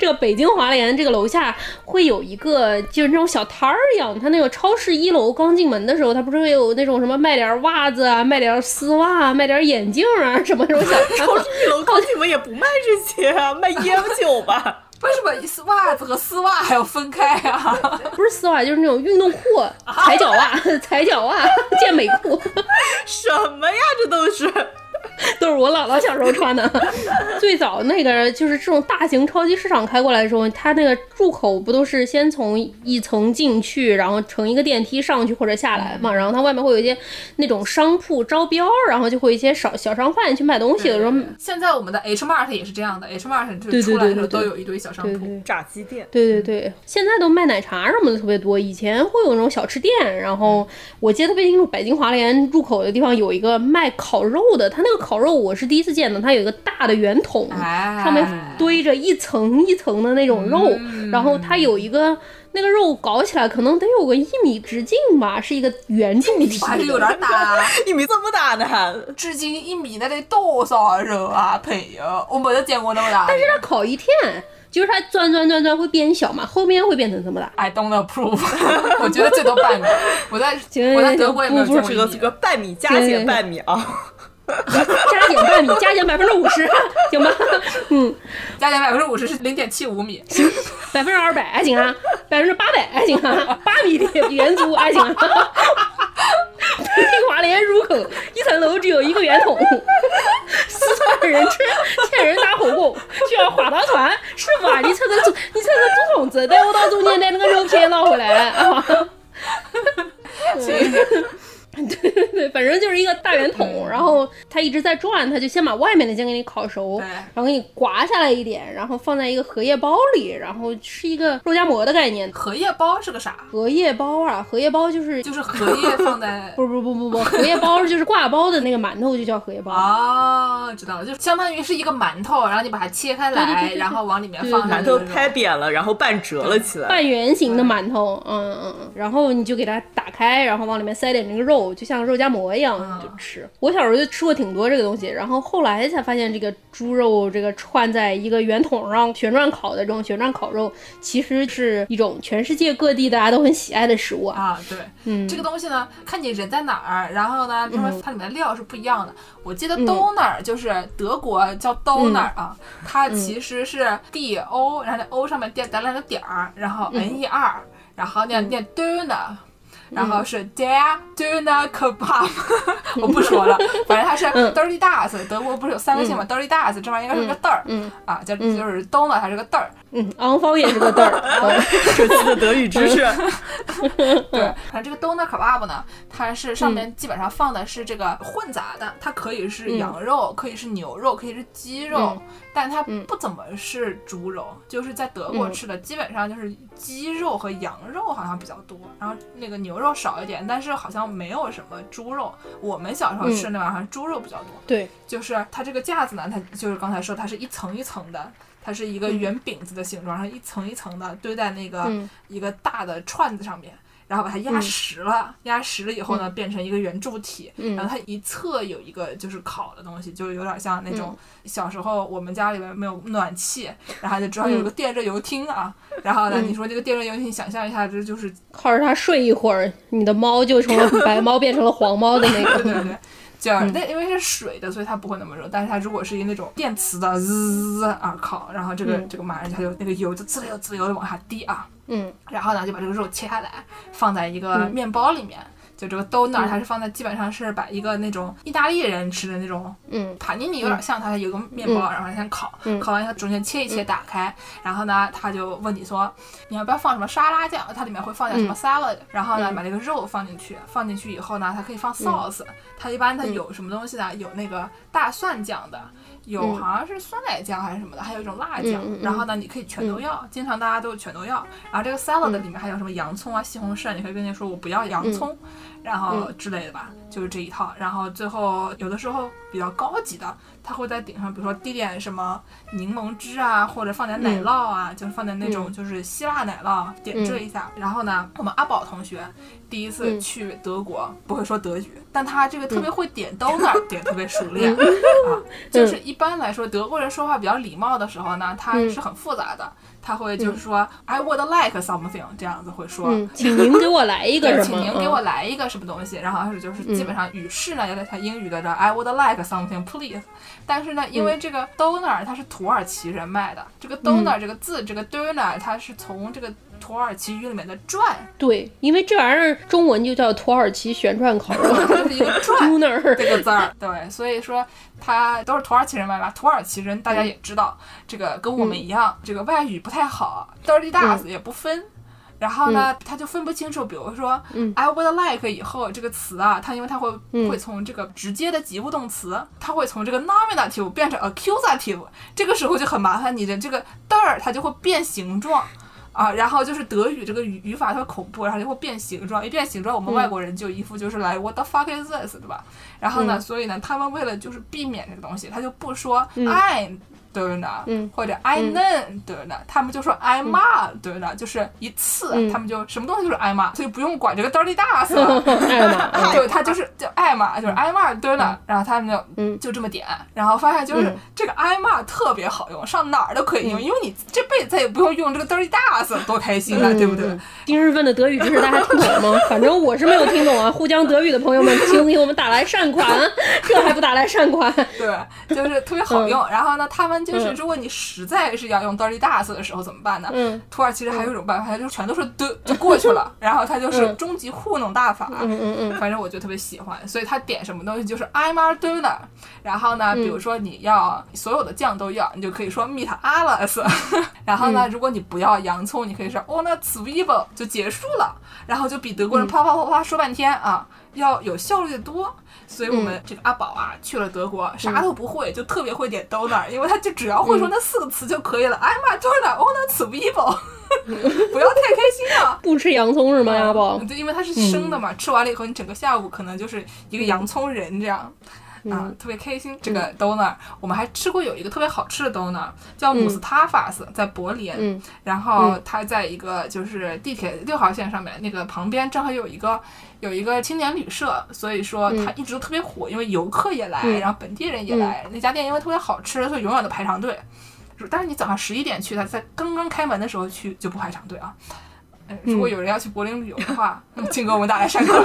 [SPEAKER 3] 这个北京华联这个楼下会有一个就是那种小摊儿一样，它那个超市一楼刚进门的时候，它不是会有那种什么卖点袜子啊、卖点丝袜、啊、卖点眼镜啊什么那种小摊
[SPEAKER 2] 超市一 (laughs) 楼高你们也不卖这些啊，卖烟酒
[SPEAKER 1] (laughs)
[SPEAKER 2] 吧。
[SPEAKER 1] 为什么丝袜子和丝袜还要分开啊？
[SPEAKER 3] 不是丝袜，就是那种运动裤、
[SPEAKER 2] 啊
[SPEAKER 3] 踩脚袜、 (laughs) 踩脚袜、健美裤，
[SPEAKER 2] 什么呀？这都是。
[SPEAKER 3] 都是我姥姥小时候穿的。
[SPEAKER 1] (laughs)
[SPEAKER 3] 最早那个就是这种大型超级市场开过来的时候，它那个入口不都是先从一层进去，然后乘一个电梯上去或者下来
[SPEAKER 1] 嗯
[SPEAKER 3] 嘛？然后它外面会有一些那种商铺招标，然后就会一些小小商贩去卖东西的时候。
[SPEAKER 1] 现在我们的 H Mart 也是这样的，H Mart
[SPEAKER 3] 对
[SPEAKER 1] 就
[SPEAKER 3] 对
[SPEAKER 1] 出来的时
[SPEAKER 3] 对对
[SPEAKER 1] 候
[SPEAKER 3] 对
[SPEAKER 1] 都有一堆小商
[SPEAKER 3] 对
[SPEAKER 1] 铺
[SPEAKER 3] 对。
[SPEAKER 2] 炸鸡店，
[SPEAKER 3] 对对对，现在都卖奶茶什么的特别多，以前会有那种小吃店，然
[SPEAKER 1] 嗯
[SPEAKER 3] 后我记得特别清楚，北京华联入口的地方有一个卖烤肉的，它那个烤肉我是第一次见的，它有一个大的圆筒，
[SPEAKER 1] 哎，嗯
[SPEAKER 3] 上面堆着一层一层的那种肉，然后它有一个那个肉搞起来可能得有个一米直径吧，是一个圆柱体
[SPEAKER 1] 我还是有
[SPEAKER 3] 的。
[SPEAKER 1] 点大。
[SPEAKER 2] 你们怎么打的？
[SPEAKER 1] 至今一米那得多少肉啊，朋友？我没得见过那么大。但是
[SPEAKER 3] 它烤一天，就是它钻钻钻钻会变小嘛，后面会变成这么大。
[SPEAKER 1] I don't approve，我 (laughs) 觉得最多半米。我
[SPEAKER 3] (laughs)
[SPEAKER 1] 在
[SPEAKER 3] 行
[SPEAKER 1] 我在德国也没有
[SPEAKER 3] 不不
[SPEAKER 1] 见过
[SPEAKER 2] 这
[SPEAKER 1] 一
[SPEAKER 2] 个
[SPEAKER 1] 米
[SPEAKER 2] 这个半米加减
[SPEAKER 3] 对
[SPEAKER 2] 半米啊，
[SPEAKER 3] 加减半米，加减百分之五十，行吧？嗯，
[SPEAKER 1] 加减百分之五十是零点七五米。
[SPEAKER 3] 百分之二百还行啊，百分之八百还行啊，八米的圆足还行啊。北京华联入口一层楼只有一个圆筒，四川人吃，欠人打火锅，需要划到船。师傅啊，你趁着竹，你趁着竹筒子，带我到中间带那个肉片捞回来 (laughs) 啊。
[SPEAKER 1] 行
[SPEAKER 3] 对对，反正就是一个大圆筒，然后它一直在转，它就先把外面的先给你烤熟，
[SPEAKER 1] 对
[SPEAKER 3] 然后给你刮下来一点，然后放在一个荷叶包里，然后是一个肉夹馍的概念。
[SPEAKER 1] 荷叶包是个啥？
[SPEAKER 3] 荷叶包啊，荷叶包就是
[SPEAKER 1] 就是荷叶放在
[SPEAKER 3] (laughs) 不不不不不，荷叶包就是挂包的那个馒头就叫荷叶包。
[SPEAKER 1] 哦，知道了，就相当于是一个馒头，然后你把它切开来，
[SPEAKER 3] 对对对对对
[SPEAKER 1] 然后往里面
[SPEAKER 3] 对
[SPEAKER 1] 放
[SPEAKER 3] 对
[SPEAKER 1] 上
[SPEAKER 2] 馒头拍扁了，然后半折了起来。
[SPEAKER 3] 半圆形的馒头，嗯嗯嗯，然后你就给它打开，然后往里面塞点那个肉，就像肉夹馍一样
[SPEAKER 1] 嗯
[SPEAKER 3] 就吃。我小时候就吃过挺多这个东西，然后后来才发现这个猪肉这个串在一个圆筒上旋转烤的这种旋转烤肉，其实是一种全世界各地大家都很喜爱的食物啊。
[SPEAKER 1] 啊，对，
[SPEAKER 3] 嗯，
[SPEAKER 1] 这个东西呢，看你人在哪儿，然后呢，它
[SPEAKER 3] 嗯
[SPEAKER 1] 们它里面的料是不一样的。我记得 donut 就是德国叫 donut
[SPEAKER 3] 嗯
[SPEAKER 1] 啊，它其实是 D O，然后那 O 上面点打两个点儿，然后
[SPEAKER 3] 嗯
[SPEAKER 1] N E R，然后念念 donut。然后是 der Döner Kebab，我 (laughs) 不说
[SPEAKER 3] (laughs)
[SPEAKER 1] 了，反正它是 dirty das，德国不是有三个姓嘛，dirty das 这玩意儿应该是个嘚儿
[SPEAKER 3] 嗯嗯
[SPEAKER 1] 啊，叫就是 donut 它是个嘚儿，
[SPEAKER 3] 嗯，昂方也是个
[SPEAKER 1] (laughs)
[SPEAKER 3] 字儿，嗯
[SPEAKER 2] 这期的德语知识，
[SPEAKER 1] 对， (laughs) 反正这个 donut kebab 呢，它是上面基本上放的是这个混杂的，它可以是羊肉，可以是牛肉，可以是鸡肉，但它不怎么是猪肉，就是在德国
[SPEAKER 3] 嗯
[SPEAKER 1] 吃的基本上就是鸡肉和羊肉好像比较多，然后那个牛肉少一点，但是好像没有什么猪肉。我们小时候吃那玩意儿，猪肉比较多。
[SPEAKER 3] 对，
[SPEAKER 1] 就是它这个架子呢，它就是刚才说它是一层一层的，它是一个圆饼子的形状，然后一层一层的堆在那个
[SPEAKER 3] 嗯
[SPEAKER 1] 一个大的串子上面，然后把它压实了，压实了以后呢，变成一个圆柱体，
[SPEAKER 3] 嗯
[SPEAKER 1] 然后它一侧有一个就是烤的东西，就是有点像
[SPEAKER 3] 嗯
[SPEAKER 1] 那种小时候我们家里边没有暖气，然后就知道有一个电热油汀啊，然后呢，
[SPEAKER 3] 嗯
[SPEAKER 1] 你说这个电热油汀，想象一下，这就是
[SPEAKER 3] 靠着它睡一会儿，你的猫就成了白猫变成了黄猫的那
[SPEAKER 1] 对 (laughs)
[SPEAKER 3] 个，
[SPEAKER 1] 对对，就是那因为是水的，所以它不会那么热。但是它如果是一那种电磁的滋滋滋啊烤，然后这个、
[SPEAKER 3] 嗯
[SPEAKER 1] 这个马上它就那个油就滋溜滋溜的往下滴啊，
[SPEAKER 3] 嗯
[SPEAKER 1] 然后呢就把这个肉切下来放在一个面包里面。就这个 donut，它是放在基本上是把一个那种意大利人吃的那种
[SPEAKER 3] 嗯
[SPEAKER 1] 帕尼尼有点像，它有个面包，然后先烤，
[SPEAKER 3] 嗯
[SPEAKER 1] 烤完以后中间切一切，打开，然后呢，他就问你说你要不要放什么沙拉酱？它里面会放点什么 salad，、然后呢，
[SPEAKER 3] 嗯
[SPEAKER 1] 把这个肉放进去，放进去以后呢，它可以放 sauce，、它一般它有什么东西呢？有那个大蒜酱的。有
[SPEAKER 3] 嗯
[SPEAKER 1] 好像是酸奶酱还是什么的，还有一种辣酱，
[SPEAKER 3] 嗯嗯嗯嗯
[SPEAKER 1] 然后呢，你可以全都要，经常大家都全都要。然后这个 salad 里面还有什么洋葱啊、西红柿啊，你可以跟
[SPEAKER 3] 嗯
[SPEAKER 1] 人家说我不要洋葱，然后之类的吧，就是这一套。然后最后有的时候比较高级的，它会在顶上，比如说滴点什么柠檬汁啊，或者放点
[SPEAKER 3] 嗯
[SPEAKER 1] 奶酪啊，就是放点那种就是希腊奶酪，点缀一下。然后呢，我们阿宝同学第一次
[SPEAKER 3] 嗯
[SPEAKER 1] 去德国、不会说德语，但他这个特别会点
[SPEAKER 3] (laughs)
[SPEAKER 1] donut，、点特别熟练、
[SPEAKER 3] 嗯
[SPEAKER 1] 啊。就是一般来说，德国人说话比较礼貌的时候呢，他
[SPEAKER 3] 嗯
[SPEAKER 1] 是很复杂的，他会就是说、I would like something 这样子会说。
[SPEAKER 3] 嗯，请您给我来一个
[SPEAKER 1] 对，
[SPEAKER 3] 什么？嗯
[SPEAKER 1] 请您给我来一个什么东西，然后是就是基本上语式呢有点像英语的这 I would like something please，但是呢，
[SPEAKER 3] 嗯
[SPEAKER 1] 因为这个 donor 它是土耳其人卖的，这个
[SPEAKER 3] 嗯
[SPEAKER 1] donor 这个字这个 donor 它是从这个土耳其语里面的转，
[SPEAKER 3] 对，因为这玩意儿中文就叫土耳其旋转烤
[SPEAKER 1] (laughs)
[SPEAKER 3] 肉
[SPEAKER 1] 就是一个转
[SPEAKER 3] d 那儿
[SPEAKER 1] 这个字儿，对，所以说它都是土耳其人卖吧，土耳其人
[SPEAKER 3] 嗯
[SPEAKER 1] 大家也知道，这个跟我们一样，这个外语不太好，dirty d
[SPEAKER 3] 嗯
[SPEAKER 1] a s 也不分。然后呢，他就分不清楚，比如说、
[SPEAKER 3] 嗯
[SPEAKER 1] I would like 以后这个词啊，它因为它会、
[SPEAKER 3] 嗯
[SPEAKER 1] 会从这个直接的及物动词，它会从这个 nominative 变成 accusative，这个时候就很麻烦你的这个 der 它就会变形状。啊，然后就是德语这个语语法特别恐怖，然后就会变形状，一变形状，我们
[SPEAKER 3] 嗯
[SPEAKER 1] 外国人就一副就是来、what the fuck is this，对吧？然后呢，
[SPEAKER 3] 嗯
[SPEAKER 1] 所以呢，他们为了就是避免这个东西，他就不说
[SPEAKER 3] 嗯
[SPEAKER 1] I do not，、
[SPEAKER 3] 嗯
[SPEAKER 1] 或者 I
[SPEAKER 3] 嗯
[SPEAKER 1] know do not，他们就说 I m a do not，就是一次，
[SPEAKER 3] 嗯
[SPEAKER 1] 他们就什么东西就是 I m a 所以不用管这个 dirty d
[SPEAKER 3] (laughs)
[SPEAKER 1] a s 了。
[SPEAKER 3] 哎呀
[SPEAKER 1] (laughs)
[SPEAKER 3] 妈，
[SPEAKER 1] 对，他就是就挨骂，就是挨骂对了，然后他们就、
[SPEAKER 3] 嗯
[SPEAKER 1] 就这么点，然后发现就是、
[SPEAKER 3] 嗯
[SPEAKER 1] 这个挨骂特别好用，上哪儿都可以用，因为你这辈子再也不用用这个 dirty d a s 多开心啊，对不对？
[SPEAKER 3] 嗯？今日份的德语知识大家听懂了吗？反正我是没有听懂啊。 (laughs) 沪江德语的朋友们，请给我们打来善款， (laughs) 这还不打来
[SPEAKER 1] (laughs)
[SPEAKER 3] 善款？
[SPEAKER 1] 对，就是特别好用。然后呢，他们就是
[SPEAKER 3] 嗯
[SPEAKER 1] 如果你实在是要用 dirty d a s 的时候怎么办呢？
[SPEAKER 3] 嗯
[SPEAKER 1] 土耳其人还有一种办法，他就全都是对
[SPEAKER 3] (laughs)
[SPEAKER 1] 就过去了，然后他就是
[SPEAKER 3] 嗯
[SPEAKER 1] 终极糊弄大法。
[SPEAKER 3] 嗯嗯嗯，
[SPEAKER 1] 反正我就特别喜欢，所以他点什么东西就是 I'm a donor。然后呢，比如说你要所有的酱都要，你就可以说 meat alles。然 (laughs) 后呢，如果你不要洋葱，你可以说 on a zwiebel 就结束了。然后就比德国人啪啪啪啪说半天啊，要有效率的多。所以我们这个阿宝啊，去了德国啥都不会，就特别会点 donor，因为他就只要会说那四个词就可以了。I'm a donor on a 哦 zwiebel，不要太开心啊了。
[SPEAKER 3] 不吃洋葱
[SPEAKER 1] 啊
[SPEAKER 3] 是吗，阿宝？
[SPEAKER 1] 对，因为它是生的嘛，吃完了以后，你整个下午可能就是一个洋葱人这样。
[SPEAKER 3] 嗯
[SPEAKER 1] 啊，特别开心。这个 donut，我们还吃过有一个特别好吃的 donut，叫姆斯塔法斯，在柏林。
[SPEAKER 3] 嗯
[SPEAKER 1] 然后它在一个就是地铁六号线上面，那个旁边正好有一个有一个青年旅社，所以说它一直都特别火，因为游客也来，
[SPEAKER 3] 嗯
[SPEAKER 1] 然后本地人也来。那家店因为特别好吃，所以永远都排长队。但是你早上十一点去，它在刚刚开门的时候去就不排长队啊。呃
[SPEAKER 3] 嗯
[SPEAKER 1] 如果有人要去柏林旅游的话， (laughs) 那么请给我们大家上课，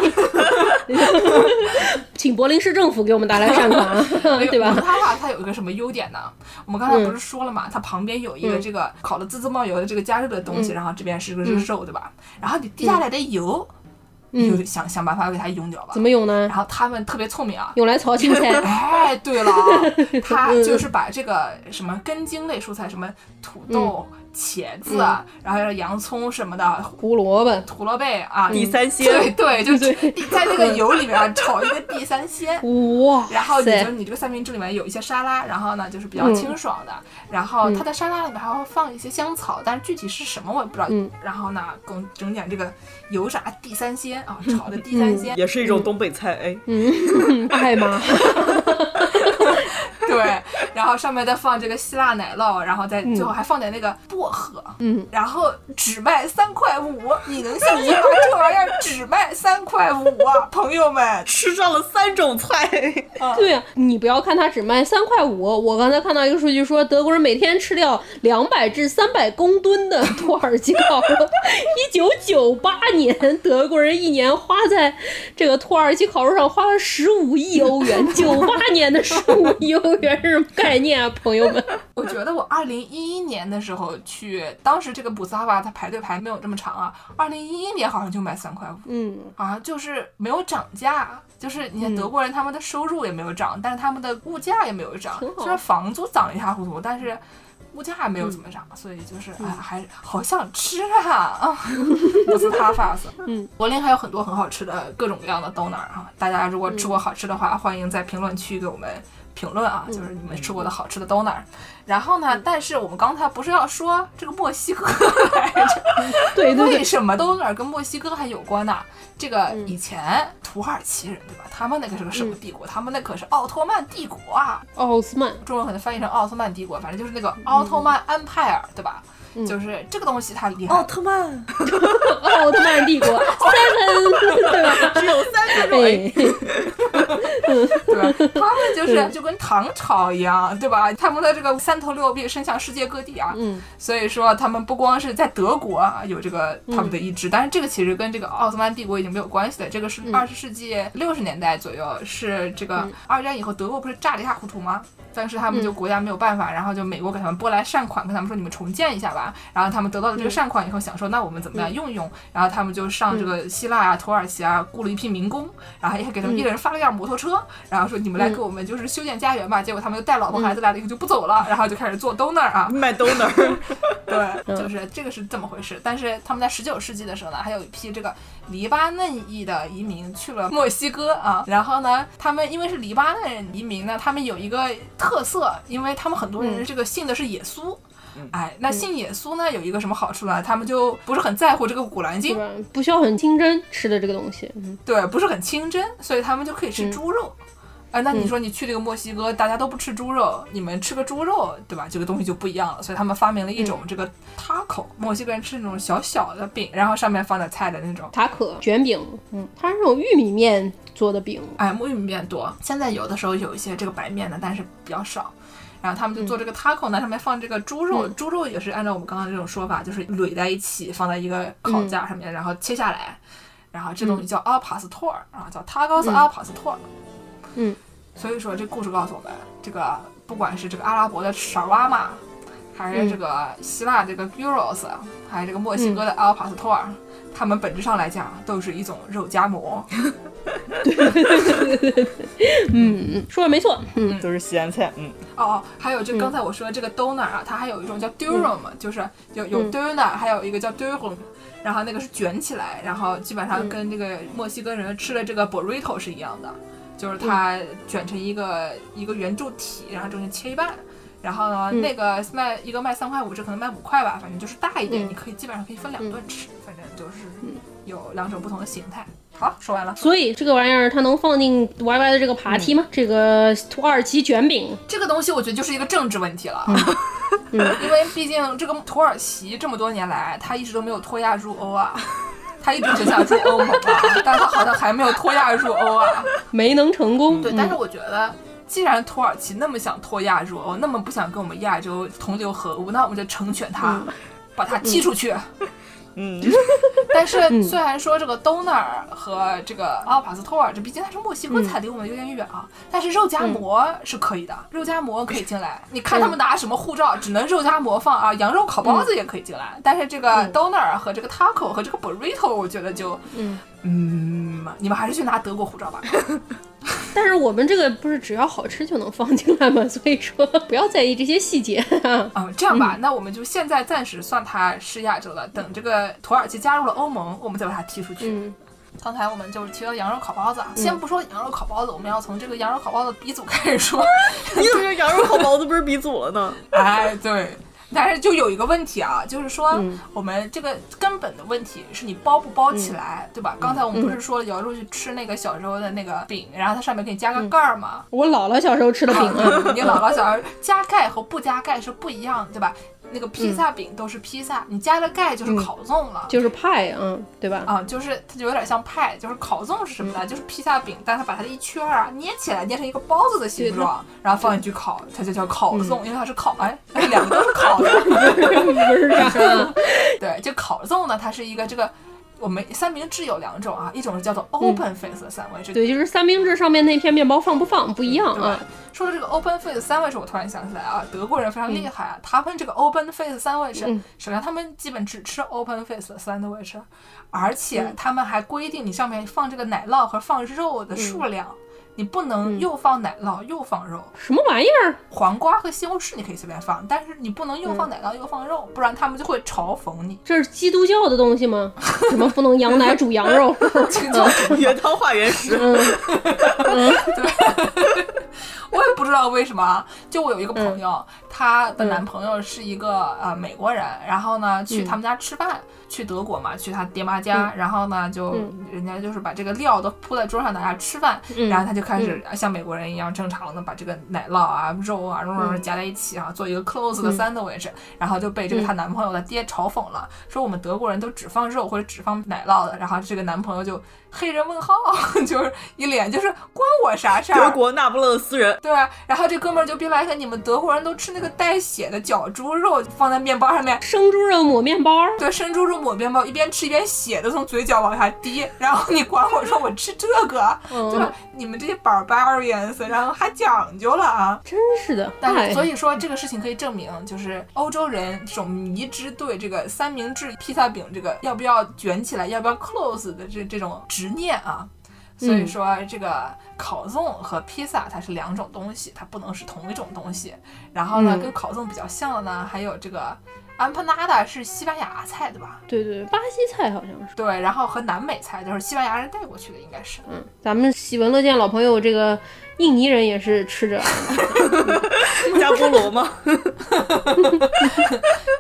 [SPEAKER 3] 请柏林市政府给我们打来善款
[SPEAKER 1] (laughs)
[SPEAKER 3] 啊， (laughs) 对吧？
[SPEAKER 1] 它话它有一个什么优点呢？我们刚才不是说了
[SPEAKER 3] 嗯
[SPEAKER 1] 嘛，它旁边有一个这个烤的滋滋冒油的这个加热的东
[SPEAKER 3] 嗯
[SPEAKER 1] 西，然后这边是个这个肉，对吧？然后你滴下来的油，你就想想办法给它用掉吧
[SPEAKER 3] 嗯怎。么用呢
[SPEAKER 1] 然？后他们特别聪
[SPEAKER 3] (laughs)
[SPEAKER 1] 明啊，。
[SPEAKER 3] 用来炒青菜
[SPEAKER 1] (laughs) 哎，对
[SPEAKER 3] (laughs)
[SPEAKER 1] 了，他
[SPEAKER 3] 嗯
[SPEAKER 1] 就是把这个什么根茎类蔬菜，什么土豆、
[SPEAKER 3] 嗯
[SPEAKER 1] 茄子，啊然后洋葱什么的，
[SPEAKER 3] 胡萝卜，
[SPEAKER 1] 胡萝卜啊，
[SPEAKER 2] 第三 (laughs) 鲜，
[SPEAKER 1] 对对，
[SPEAKER 3] (laughs)
[SPEAKER 1] 就是在那个油里面啊炒一个地三鲜。
[SPEAKER 3] 哇
[SPEAKER 1] 然后你
[SPEAKER 3] 塞嗯
[SPEAKER 1] 就你这个三明治里面有一些沙拉，然后呢就是比较清爽的，然后它的沙拉里面还会放一些香草，但是具体是什么我也不知道。
[SPEAKER 3] 嗯
[SPEAKER 1] 然后呢，给我整点这个油炸地三鲜啊，炒的地三鲜，
[SPEAKER 2] 也是一种东北菜。哎，
[SPEAKER 3] 嗯， (laughs) 爱吗？
[SPEAKER 1] (laughs) 对，然后上面再放这个希腊奶酪，然后再最后还放点那个薄荷，
[SPEAKER 3] 嗯，
[SPEAKER 1] 然后只卖三块五，你能相信吗？这玩意儿只卖三块五啊，朋友们，
[SPEAKER 2] 吃上了三种菜，
[SPEAKER 3] 对呀、你不要看它只卖三块五，我刚才看到一个数据说，德国人每天吃掉两百至三百公吨的土耳其烤肉。 (laughs) 一九九八年，德国人一年花在这个土耳其烤肉上花了十五亿欧元，九八年的十五亿欧元是什么概念啊，朋友们？
[SPEAKER 1] 我觉得我二零一一年的时候去，当时这个补萨瓦它排队排没有这么长啊，二零一一年好像就卖三块五
[SPEAKER 3] 嗯，
[SPEAKER 1] 啊，就是没有涨价，就是你看德国人他们的收入也没有涨，但是他们的物价也没有涨
[SPEAKER 3] 挺，好嗯
[SPEAKER 1] 虽然房租涨得一塌糊涂，但是。物价也没有怎么涨，所以就是哎，还好想吃啊！啊， (laughs) 不是他发色。
[SPEAKER 3] 嗯，
[SPEAKER 1] 柏林还有很
[SPEAKER 3] 嗯
[SPEAKER 1] 多很好吃的各种各样的 donut 啊，大家如果吃过好吃的话，欢迎在评论区给我们评论啊，就是你们
[SPEAKER 3] 嗯
[SPEAKER 1] 吃过的好吃的都哪儿。然后呢，但是我们刚才不是要说这个墨西哥 (laughs) 来着？
[SPEAKER 3] 对对嗯
[SPEAKER 1] 为
[SPEAKER 3] 对，
[SPEAKER 1] 什么都哪儿跟墨西哥还有关呢？这个以前土耳其人对吧？他们那个是个什么帝
[SPEAKER 3] 嗯
[SPEAKER 1] 国？他们那可是奥托曼帝国啊！
[SPEAKER 3] 奥斯曼， (laughs)
[SPEAKER 1] 中文可能翻译成奥斯曼帝国，反正就是那个奥特曼 empire，对吧？
[SPEAKER 3] 嗯哦
[SPEAKER 1] 就是这个东西它厉害。
[SPEAKER 2] 奥哦特曼
[SPEAKER 3] 奥特曼帝国，seven，对吧？
[SPEAKER 2] 只有三个种
[SPEAKER 3] 哎，
[SPEAKER 1] 对，他们
[SPEAKER 3] (laughs)
[SPEAKER 1] 就是
[SPEAKER 3] 嗯
[SPEAKER 1] 就跟唐朝一样，对吧？他们的这个三头六臂伸向世界各地啊，
[SPEAKER 3] 嗯
[SPEAKER 1] 所以说他们不光是在德国啊有这个他们的意志，但是这个其实跟这个奥斯曼帝国已经没有关系了。这个是二十世纪六十年代左右，是这个二战以后德国不是炸得一塌糊涂吗？当时他们就国家没有办法，然后就美国给他们拨来善款，跟他们说你们重建一下吧。然后他们得到了这个善款以后，想说那我们怎么样用一用？然后他们就上这个希腊啊、土耳其啊雇了一批民工，然后也给他们一人发了一辆摩托车，然后说你们来给我们就是修建家园吧。结果他们就带老婆孩子来了以后就不走了，然后就开始做 donor 啊，
[SPEAKER 2] 麦兜那儿，
[SPEAKER 1] 对，就是这个是这么回事。但是他们在十九世纪的时候呢，还有一批这个黎巴嫩裔的移民去了墨西哥啊。然后呢，他们因为是黎巴嫩人移民呢，他们有一个特色，因为他们很多人这个信的是耶稣。哎，那信耶稣呢有一个什么好处呢？他们就不是很在乎这个古兰
[SPEAKER 3] 对
[SPEAKER 1] 经，
[SPEAKER 3] 吧？不需要很清真吃的这个东西，嗯
[SPEAKER 1] 对，不是很清真，所以他们就可以吃猪肉。哎，那你说你去这个墨西哥，大家都不吃猪肉，你们吃个猪肉，对吧？这个东西就不一样了。所以他们发明了一种这个 taco，、墨西哥人吃那种小小的饼，然后上面放点菜的那种。
[SPEAKER 3] 塔可卷饼，嗯，它是那种玉米面做的饼，
[SPEAKER 1] 哎，木玉米面多，现在有的时候有一些这个白面的，但是比较少。然后他们就
[SPEAKER 3] 嗯
[SPEAKER 1] 做这个 taco 呢，上面放这个猪肉，猪肉也是按照我们刚刚这种说法，就是垒在一起放在一个烤
[SPEAKER 3] 嗯
[SPEAKER 1] 架上面，然后切下来，然后这东西叫 al pastor，然啊后叫 tacos al pastor。
[SPEAKER 3] 嗯，
[SPEAKER 1] 所以说这故事告诉我们，这个不管是这个阿拉伯的沙瓦玛，还是
[SPEAKER 3] 嗯
[SPEAKER 1] 这个希腊这个 gyros，还是这个墨西哥的 al pastor，、他们本质上来讲都是一种肉夹馍。
[SPEAKER 3] 嗯，说的没错，嗯，
[SPEAKER 2] (laughs) 都是西安菜，嗯，
[SPEAKER 1] 哦，还有就刚才我说的这个 donor 啊，它还有一种叫 durum，、就是有有
[SPEAKER 3] 嗯
[SPEAKER 1] donor，还有一个叫 durum，然后那个是卷起来，然后基本上
[SPEAKER 3] 嗯
[SPEAKER 1] 跟这个墨西哥人吃的这个 burrito 是一样的，就是它
[SPEAKER 3] 嗯
[SPEAKER 1] 卷成一个一个圆柱体，然后中间切一半。然后呢，
[SPEAKER 3] 嗯
[SPEAKER 1] 那个卖一个卖三块五，这可能卖五块吧，反正就是大一点，
[SPEAKER 3] 嗯
[SPEAKER 1] 你可以基本上可以分两顿吃，反正就是有两种不同的形态。好，说完了。
[SPEAKER 3] 所以这个玩意儿它能放进 YY 的这个爬梯吗？这个土耳其卷饼，嗯
[SPEAKER 1] 这个东西我觉得就是一个政治问题了，
[SPEAKER 3] (laughs)
[SPEAKER 1] 因为毕竟这个土耳其这么多年来，他一直都没有脱亚入欧啊，他一直只想入欧盟啊，但他好像还没有脱亚入欧啊。
[SPEAKER 3] 没能成功。嗯
[SPEAKER 1] 对，但是我觉得。既然土耳其那么想脱亚入欧，那么不想跟我们亚洲同流合污，那我们就成全他，把他踢出去。
[SPEAKER 2] 嗯，
[SPEAKER 1] (laughs) 但是虽然说这个 Doner 和这个阿帕斯托尔，这毕竟它是墨西哥菜，离我们有点远啊。但是肉夹馍是可以的，肉夹馍可以进来。你看他们拿什么护照，只能肉夹馍放啊，羊肉烤包子也可以进来。但是这个 Doner 和这个 Taco 和这个 Burrito，我觉得就
[SPEAKER 3] 嗯
[SPEAKER 1] 嗯，你们还是去拿德国护照吧。
[SPEAKER 3] 但是我们这个不是只要好吃就能放进来吗？ (laughs) 所以说不要在意这些细节。
[SPEAKER 1] 嗯，这样吧，那我们就现在暂时算它是亚洲的，等这个土耳其加入了欧盟，我们再把它踢出去。
[SPEAKER 3] 嗯，
[SPEAKER 1] 刚才我们就是提到羊肉烤包子啊，先不说羊肉烤包子，我们要从这个羊肉烤包子鼻祖开始说。
[SPEAKER 2] 你怎么说羊肉烤包子不是鼻祖了 (laughs) 呢？
[SPEAKER 1] (laughs) 哎，对。但是就有一个问题啊，就是说我们这个根本的问题是你包不包起来，对吧？刚才我们不是说了，有时候去吃那个小时候的那个饼，然后它上面给你加个盖儿嘛。
[SPEAKER 3] 我姥姥小时候吃的饼啊，
[SPEAKER 1] 你姥姥小时候加盖和不加盖是不一样的，对吧？那个披萨饼都是披萨，你加了盖就是烤粽了。
[SPEAKER 3] 就是派啊，对吧？
[SPEAKER 1] 啊，就是它就有点像派，就是烤粽是什么呢？就是披萨饼，但它把它的一圈儿啊捏起来，捏成一个包子的形状，然后放进去烤，它就叫烤粽，因为它是烤，哎，两个都是烤的。
[SPEAKER 3] (laughs) (laughs) 不 (laughs) 是这样，
[SPEAKER 1] 对，就烤粽呢，它是一个这个我们三明治有两种啊，一种是叫做 open face 的三文治。
[SPEAKER 3] 对，就是三明治上面那片面包放不放不一样
[SPEAKER 1] 对吧
[SPEAKER 3] 啊。？
[SPEAKER 1] 说到这个 open face sandwich，我突然想起来啊，德国人非常厉害啊，他们这个 open face sandwich，、
[SPEAKER 3] 嗯
[SPEAKER 1] 首先他们基本只吃 open face sandwich，而且他们还规定你上面放这个奶酪和放肉的数量，你不能又放奶酪又放肉。
[SPEAKER 3] 什么玩意儿？
[SPEAKER 1] 黄瓜和西红柿你可以随便放，但是你不能又放奶酪又放肉，不然他们就会嘲讽你。
[SPEAKER 3] 这是基督教的东西 (laughs) 吗？什么不能羊奶煮 (laughs) 羊肉？
[SPEAKER 1] 这就
[SPEAKER 2] 原汤化原食，
[SPEAKER 3] 嗯，
[SPEAKER 1] (laughs) 我也不知道为什么。啊就我有一个朋友，她的男朋友是一个呃美国人，然后呢去他们家吃饭，去德国嘛，去他爹妈家，然后呢就人家就是把这个料都铺在桌上，大家吃饭，
[SPEAKER 3] 嗯
[SPEAKER 1] 然后他就开始像美国人一样正常的把这个奶酪啊、肉啊、什么夹在一起啊，做一个 close 的 sandwich，然后就被这个她男朋友的爹嘲讽了，说我们德国人都只放肉或者只放奶酪的，然后这个男朋友就黑人问号， (laughs) 就是一脸就是关我啥事儿，啊
[SPEAKER 2] 德国那不勒斯人。
[SPEAKER 1] 对吧？然后这哥们儿就别来个你们德国人都吃那个带血的绞猪肉，放在面包上面，
[SPEAKER 3] 生猪肉抹面包，
[SPEAKER 1] 对，生猪肉抹面包，一边吃一边血的从嘴角往下滴。然后你管我说我吃这个，对
[SPEAKER 3] 嗯
[SPEAKER 1] 吧？你们这些 barbarians，然后还讲究了啊！
[SPEAKER 3] 真是的。
[SPEAKER 1] 但
[SPEAKER 3] 哎
[SPEAKER 1] 是所以说这个事情可以证明，就是欧洲人这种迷之对这个三明治、披萨饼这个要不要卷起来，要不要 close 的这这种执念啊。所以说，这个烤粽和披萨它是两种东西，它不能是同一种东西。然后呢，
[SPEAKER 3] 嗯
[SPEAKER 1] 跟烤粽比较像的呢，还有这个 empanada 是西班牙菜，对吧？
[SPEAKER 3] 对对，巴西菜好像是。
[SPEAKER 1] 对，然后和南美菜就是西班牙人带过去的，应该是。
[SPEAKER 3] 嗯，咱们喜闻乐见老朋友，这个印尼人也是吃
[SPEAKER 1] (laughs)
[SPEAKER 3] 着。
[SPEAKER 2] 加菠萝吗？ (laughs)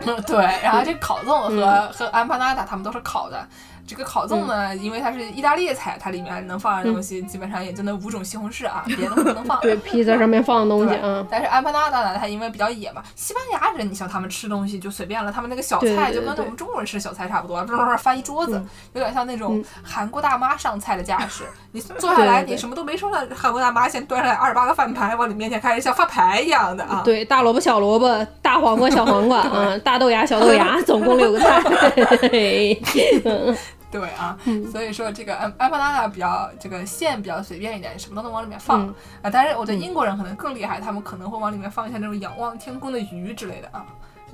[SPEAKER 1] 嗯对，然后这
[SPEAKER 3] 嗯
[SPEAKER 1] 烤粽和、和 empanada 他们都是烤的。这个烤粽呢，
[SPEAKER 3] 嗯
[SPEAKER 1] 因为它是意大利菜，它里面能放的东西基本上也就那五种西红柿啊，别的东西不能放。
[SPEAKER 3] (laughs) 对，披萨上面放的东西
[SPEAKER 1] 对
[SPEAKER 3] 啊，
[SPEAKER 1] 但是安巴纳达呢，它因为比较野嘛，西班牙人你像他们吃东西就随便了，他们那个小
[SPEAKER 3] 对
[SPEAKER 1] 菜
[SPEAKER 3] 对
[SPEAKER 1] 就
[SPEAKER 3] 对
[SPEAKER 1] 跟
[SPEAKER 3] 对嗯
[SPEAKER 1] 我们中国人吃的小菜差不多，不是不是翻一桌子，有点像那种韩国大妈上菜的架势。你坐下
[SPEAKER 3] 对
[SPEAKER 1] 来，
[SPEAKER 3] 对对
[SPEAKER 1] 你什么都没说了，韩国大妈先端上来二十八个饭牌往你面前开始像发牌一样的啊。
[SPEAKER 3] 对，大萝卜、小萝卜、大黄瓜、小黄
[SPEAKER 1] (laughs)
[SPEAKER 3] 瓜啊，大豆芽、小豆芽，总共六个菜。
[SPEAKER 1] (laughs)
[SPEAKER 3] 嘿嗯
[SPEAKER 1] 对啊，所以说这个安安巴拉达比较这个馅比较随便一点，什么都能往里面放、
[SPEAKER 3] 嗯
[SPEAKER 1] 啊。但是我觉得英国人可能更厉害，他们可能会往里面放一些那种仰望天空的鱼之类的啊。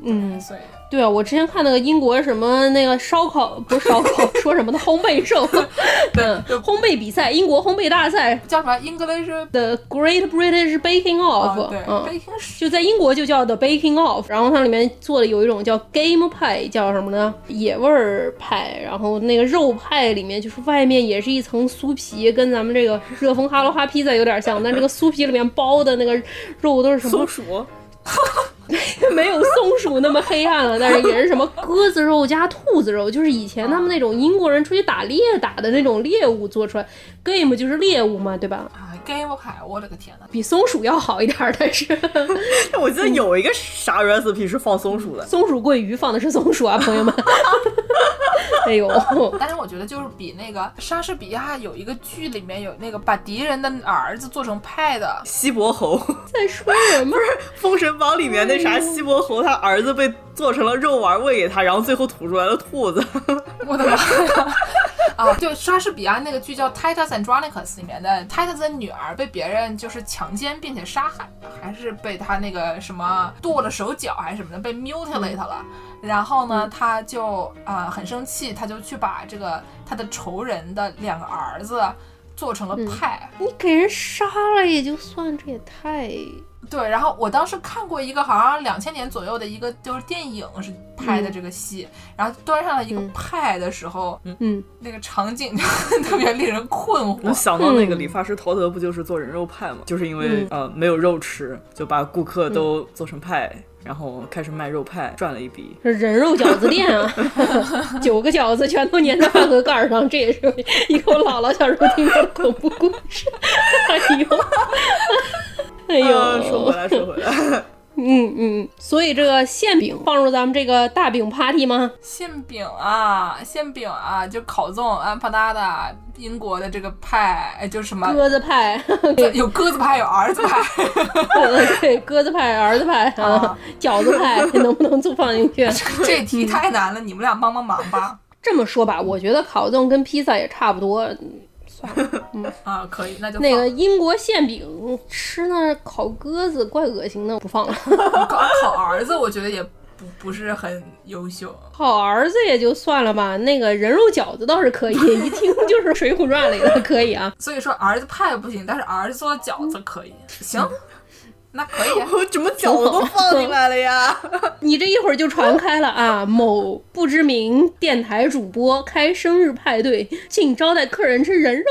[SPEAKER 3] 嗯，
[SPEAKER 1] 所以
[SPEAKER 3] 对啊，我之前看那个英国什么那个烧烤，不是烧烤， (laughs) 说什么的烘焙show，嗯，烘焙比赛，英国烘焙大赛
[SPEAKER 1] 叫什么 English
[SPEAKER 3] The Great British Baking
[SPEAKER 1] 啊
[SPEAKER 3] Off，、，
[SPEAKER 1] 对
[SPEAKER 3] 嗯，
[SPEAKER 1] ，Baking Show
[SPEAKER 3] 就在英国就叫 The Baking Off，然后它里面做的有一种叫 Game 派，叫什么呢？野味儿派，然后那个肉派里面就是外面也是一层酥皮，跟咱们这个热风哈罗哈披萨有点像，但这个酥皮里面包的那个肉都是什
[SPEAKER 2] (laughs)
[SPEAKER 3] 么 (laughs)
[SPEAKER 2] 松？鼠。
[SPEAKER 3] 没有松鼠那么黑暗了，但是也是什么鸽子肉加兔子肉，就是以前他们那种英国人出去打猎打的那种猎物做出来，Game 就是猎物嘛，对吧？
[SPEAKER 1] 啊，Game 牌，我的个天呐！
[SPEAKER 3] 比松鼠要好一点儿，但是
[SPEAKER 2] 哎我记得有一个啥 recipe 是放松鼠的，
[SPEAKER 3] 松鼠桂鱼放的是松鼠 (laughs) 啊，朋友们。哎呦，
[SPEAKER 1] 但是我觉得就是比那个莎士比亚有一个剧里面有那个把敌人的儿子做成派的，
[SPEAKER 2] 西伯侯，《
[SPEAKER 3] 在说什么？
[SPEAKER 2] 封神榜》里面那啥西伯侯，他儿子被做成了肉丸喂给他，然后最后吐出来了兔子。 (laughs)
[SPEAKER 1] 我的妈呀！啊，就莎士比亚那个剧叫《Titus Andronicus》里面的 Titus 的女儿被别人就是强奸并且杀害，还是被他那个什么剁了手脚还是什么的，被 mutilate 了。然后呢，他就啊、很生气，他就去把这个他的仇人的两个儿子做成了派。
[SPEAKER 3] 你给人杀了也就算，这也太……
[SPEAKER 1] 对，然后我当时看过一个好像两千年左右的一个就是电影是拍的这个戏，然后端上了一个
[SPEAKER 3] 嗯
[SPEAKER 1] 派的时候，
[SPEAKER 3] 嗯，
[SPEAKER 1] 那个场景 (laughs) 特别令人困
[SPEAKER 2] 能
[SPEAKER 1] 惑。
[SPEAKER 2] 想到那个理发师陶德不就是做人肉派吗？就是因为、呃没有肉吃，就把顾客都做成派，然后开始卖肉派，赚了一笔。
[SPEAKER 3] 这人肉饺子店啊， (laughs) 九个饺子全都粘在饭盒盖儿上，这也是一个我姥姥小时候听过的恐怖故事。 (laughs) 哎呦， (laughs) 哎呦，
[SPEAKER 2] 呃说回来说回来， (laughs)
[SPEAKER 3] 嗯嗯，所以这个馅饼放入咱们这个大饼 party 吗？
[SPEAKER 1] 馅饼啊，馅饼啊，就烤粽、安帕达达，英国的这个派，哎，就是什么
[SPEAKER 3] 鸽子派， (laughs)
[SPEAKER 1] 有鸽子派，有儿子派，
[SPEAKER 3] 对，鸽子派、儿子派啊
[SPEAKER 1] 啊，
[SPEAKER 3] 饺子 (laughs) 派能不能都放进去？
[SPEAKER 1] 这题太难了，你们俩帮帮忙吧。
[SPEAKER 3] 这么说吧，我觉得烤粽跟披萨也差不多。
[SPEAKER 1] 啊，可以，那就
[SPEAKER 3] 那
[SPEAKER 1] 放
[SPEAKER 3] 个英国馅饼吃那烤鸽子怪恶心的，不放了。 (laughs)
[SPEAKER 1] 烤烤儿子，我觉得也不不是很优秀。
[SPEAKER 3] 烤儿子也就算了吧，那个人肉饺子倒是可以，一听就是《水浒传》里的，可以啊。
[SPEAKER 1] 所以说儿子派不行，但是儿子做的饺子可以。行，那可
[SPEAKER 2] (laughs)
[SPEAKER 1] 以。啊
[SPEAKER 2] 我怎么饺子都放进来了呀？
[SPEAKER 3] 你这一会儿就传开了啊！某不知名电台主播开生日派对，竟招待客人吃人肉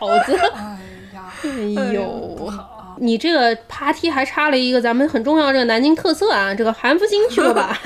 [SPEAKER 3] 饺子。
[SPEAKER 1] 哎呀，
[SPEAKER 3] 哎呦， (laughs)
[SPEAKER 1] 不好啊！
[SPEAKER 3] 你这个爬梯还差了一个咱们很重要这个南京特色啊，这个韩福星去过吧？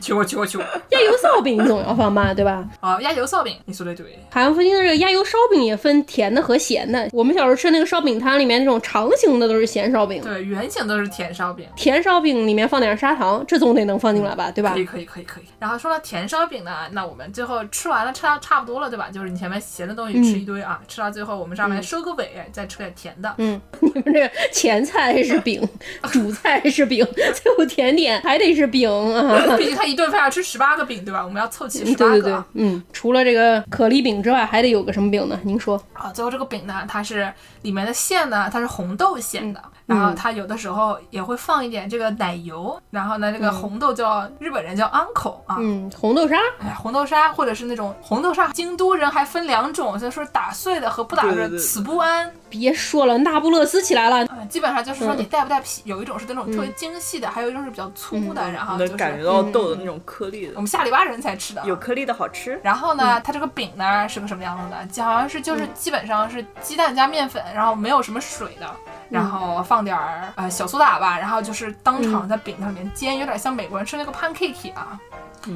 [SPEAKER 1] 去过去过去过
[SPEAKER 3] 鸭油烧饼总要放吧，对吧？
[SPEAKER 1] 啊！鸭油烧饼，你说的对，
[SPEAKER 3] 韩福星的这个鸭油烧饼也分甜的和咸的。我们小时候吃那个烧饼摊里面那种长形的都是咸烧饼，
[SPEAKER 1] 对，圆形都是甜烧饼。
[SPEAKER 3] 甜烧饼里面放点砂糖，这总得能放进来吧，对吧
[SPEAKER 1] 可？以可以可以可以。然后说到甜烧饼呢，那我们最后吃完了，吃到差不多了，对吧？就是你前面咸的东西吃一堆啊，吃到最后我们上面收个尾，再吃点甜的。
[SPEAKER 3] 嗯，你们 (laughs) 这前菜是
[SPEAKER 1] (laughs)
[SPEAKER 3] 饼，主菜是饼，最后甜点还得是饼
[SPEAKER 1] (laughs)
[SPEAKER 3] 啊。
[SPEAKER 1] 毕竟他一顿饭要吃十八个饼，对吧？我们要凑齐
[SPEAKER 3] 嗯
[SPEAKER 1] 十
[SPEAKER 3] 对
[SPEAKER 1] 八
[SPEAKER 3] 对
[SPEAKER 1] 个
[SPEAKER 3] 对
[SPEAKER 1] 啊。，
[SPEAKER 3] 嗯，除了这个可丽饼之外，还得有个什么饼呢？您说，
[SPEAKER 1] 啊，最后这个饼呢，它是里面的馅
[SPEAKER 3] 嗯
[SPEAKER 1] 呢，它是红豆馅的，然后它有的时候也会放一点这个奶油，然后呢，这个红豆叫日本人叫 uncle 啊，
[SPEAKER 3] 嗯，红豆沙，
[SPEAKER 1] 哎，红豆沙或者是那种红豆沙，京都人还分两种，就是说打碎的和不打碎
[SPEAKER 2] 对对
[SPEAKER 1] 的，
[SPEAKER 2] 对
[SPEAKER 1] 此不安。
[SPEAKER 3] 别说了，那不勒斯起来了，
[SPEAKER 1] 嗯，基本上就是说
[SPEAKER 3] 嗯
[SPEAKER 1] 你带不带皮，有一种是那种特别精细的，还有一种是比较
[SPEAKER 3] 嗯
[SPEAKER 1] 粗的，然后就
[SPEAKER 2] 能感觉
[SPEAKER 1] 是嗯
[SPEAKER 2] 到豆的那种颗粒的
[SPEAKER 1] 我，们下里巴人才吃的啊。
[SPEAKER 2] 有颗粒的好吃。
[SPEAKER 1] 然后呢，
[SPEAKER 3] 嗯
[SPEAKER 1] 它这个饼呢是个什么样子的？好像是就是基本上是鸡蛋加面粉，然后没有什么水的，
[SPEAKER 3] 嗯
[SPEAKER 1] 然后放点儿呃小苏打吧，然后就是当场在饼上里面煎，有点像美国人吃那个 pancake 啊。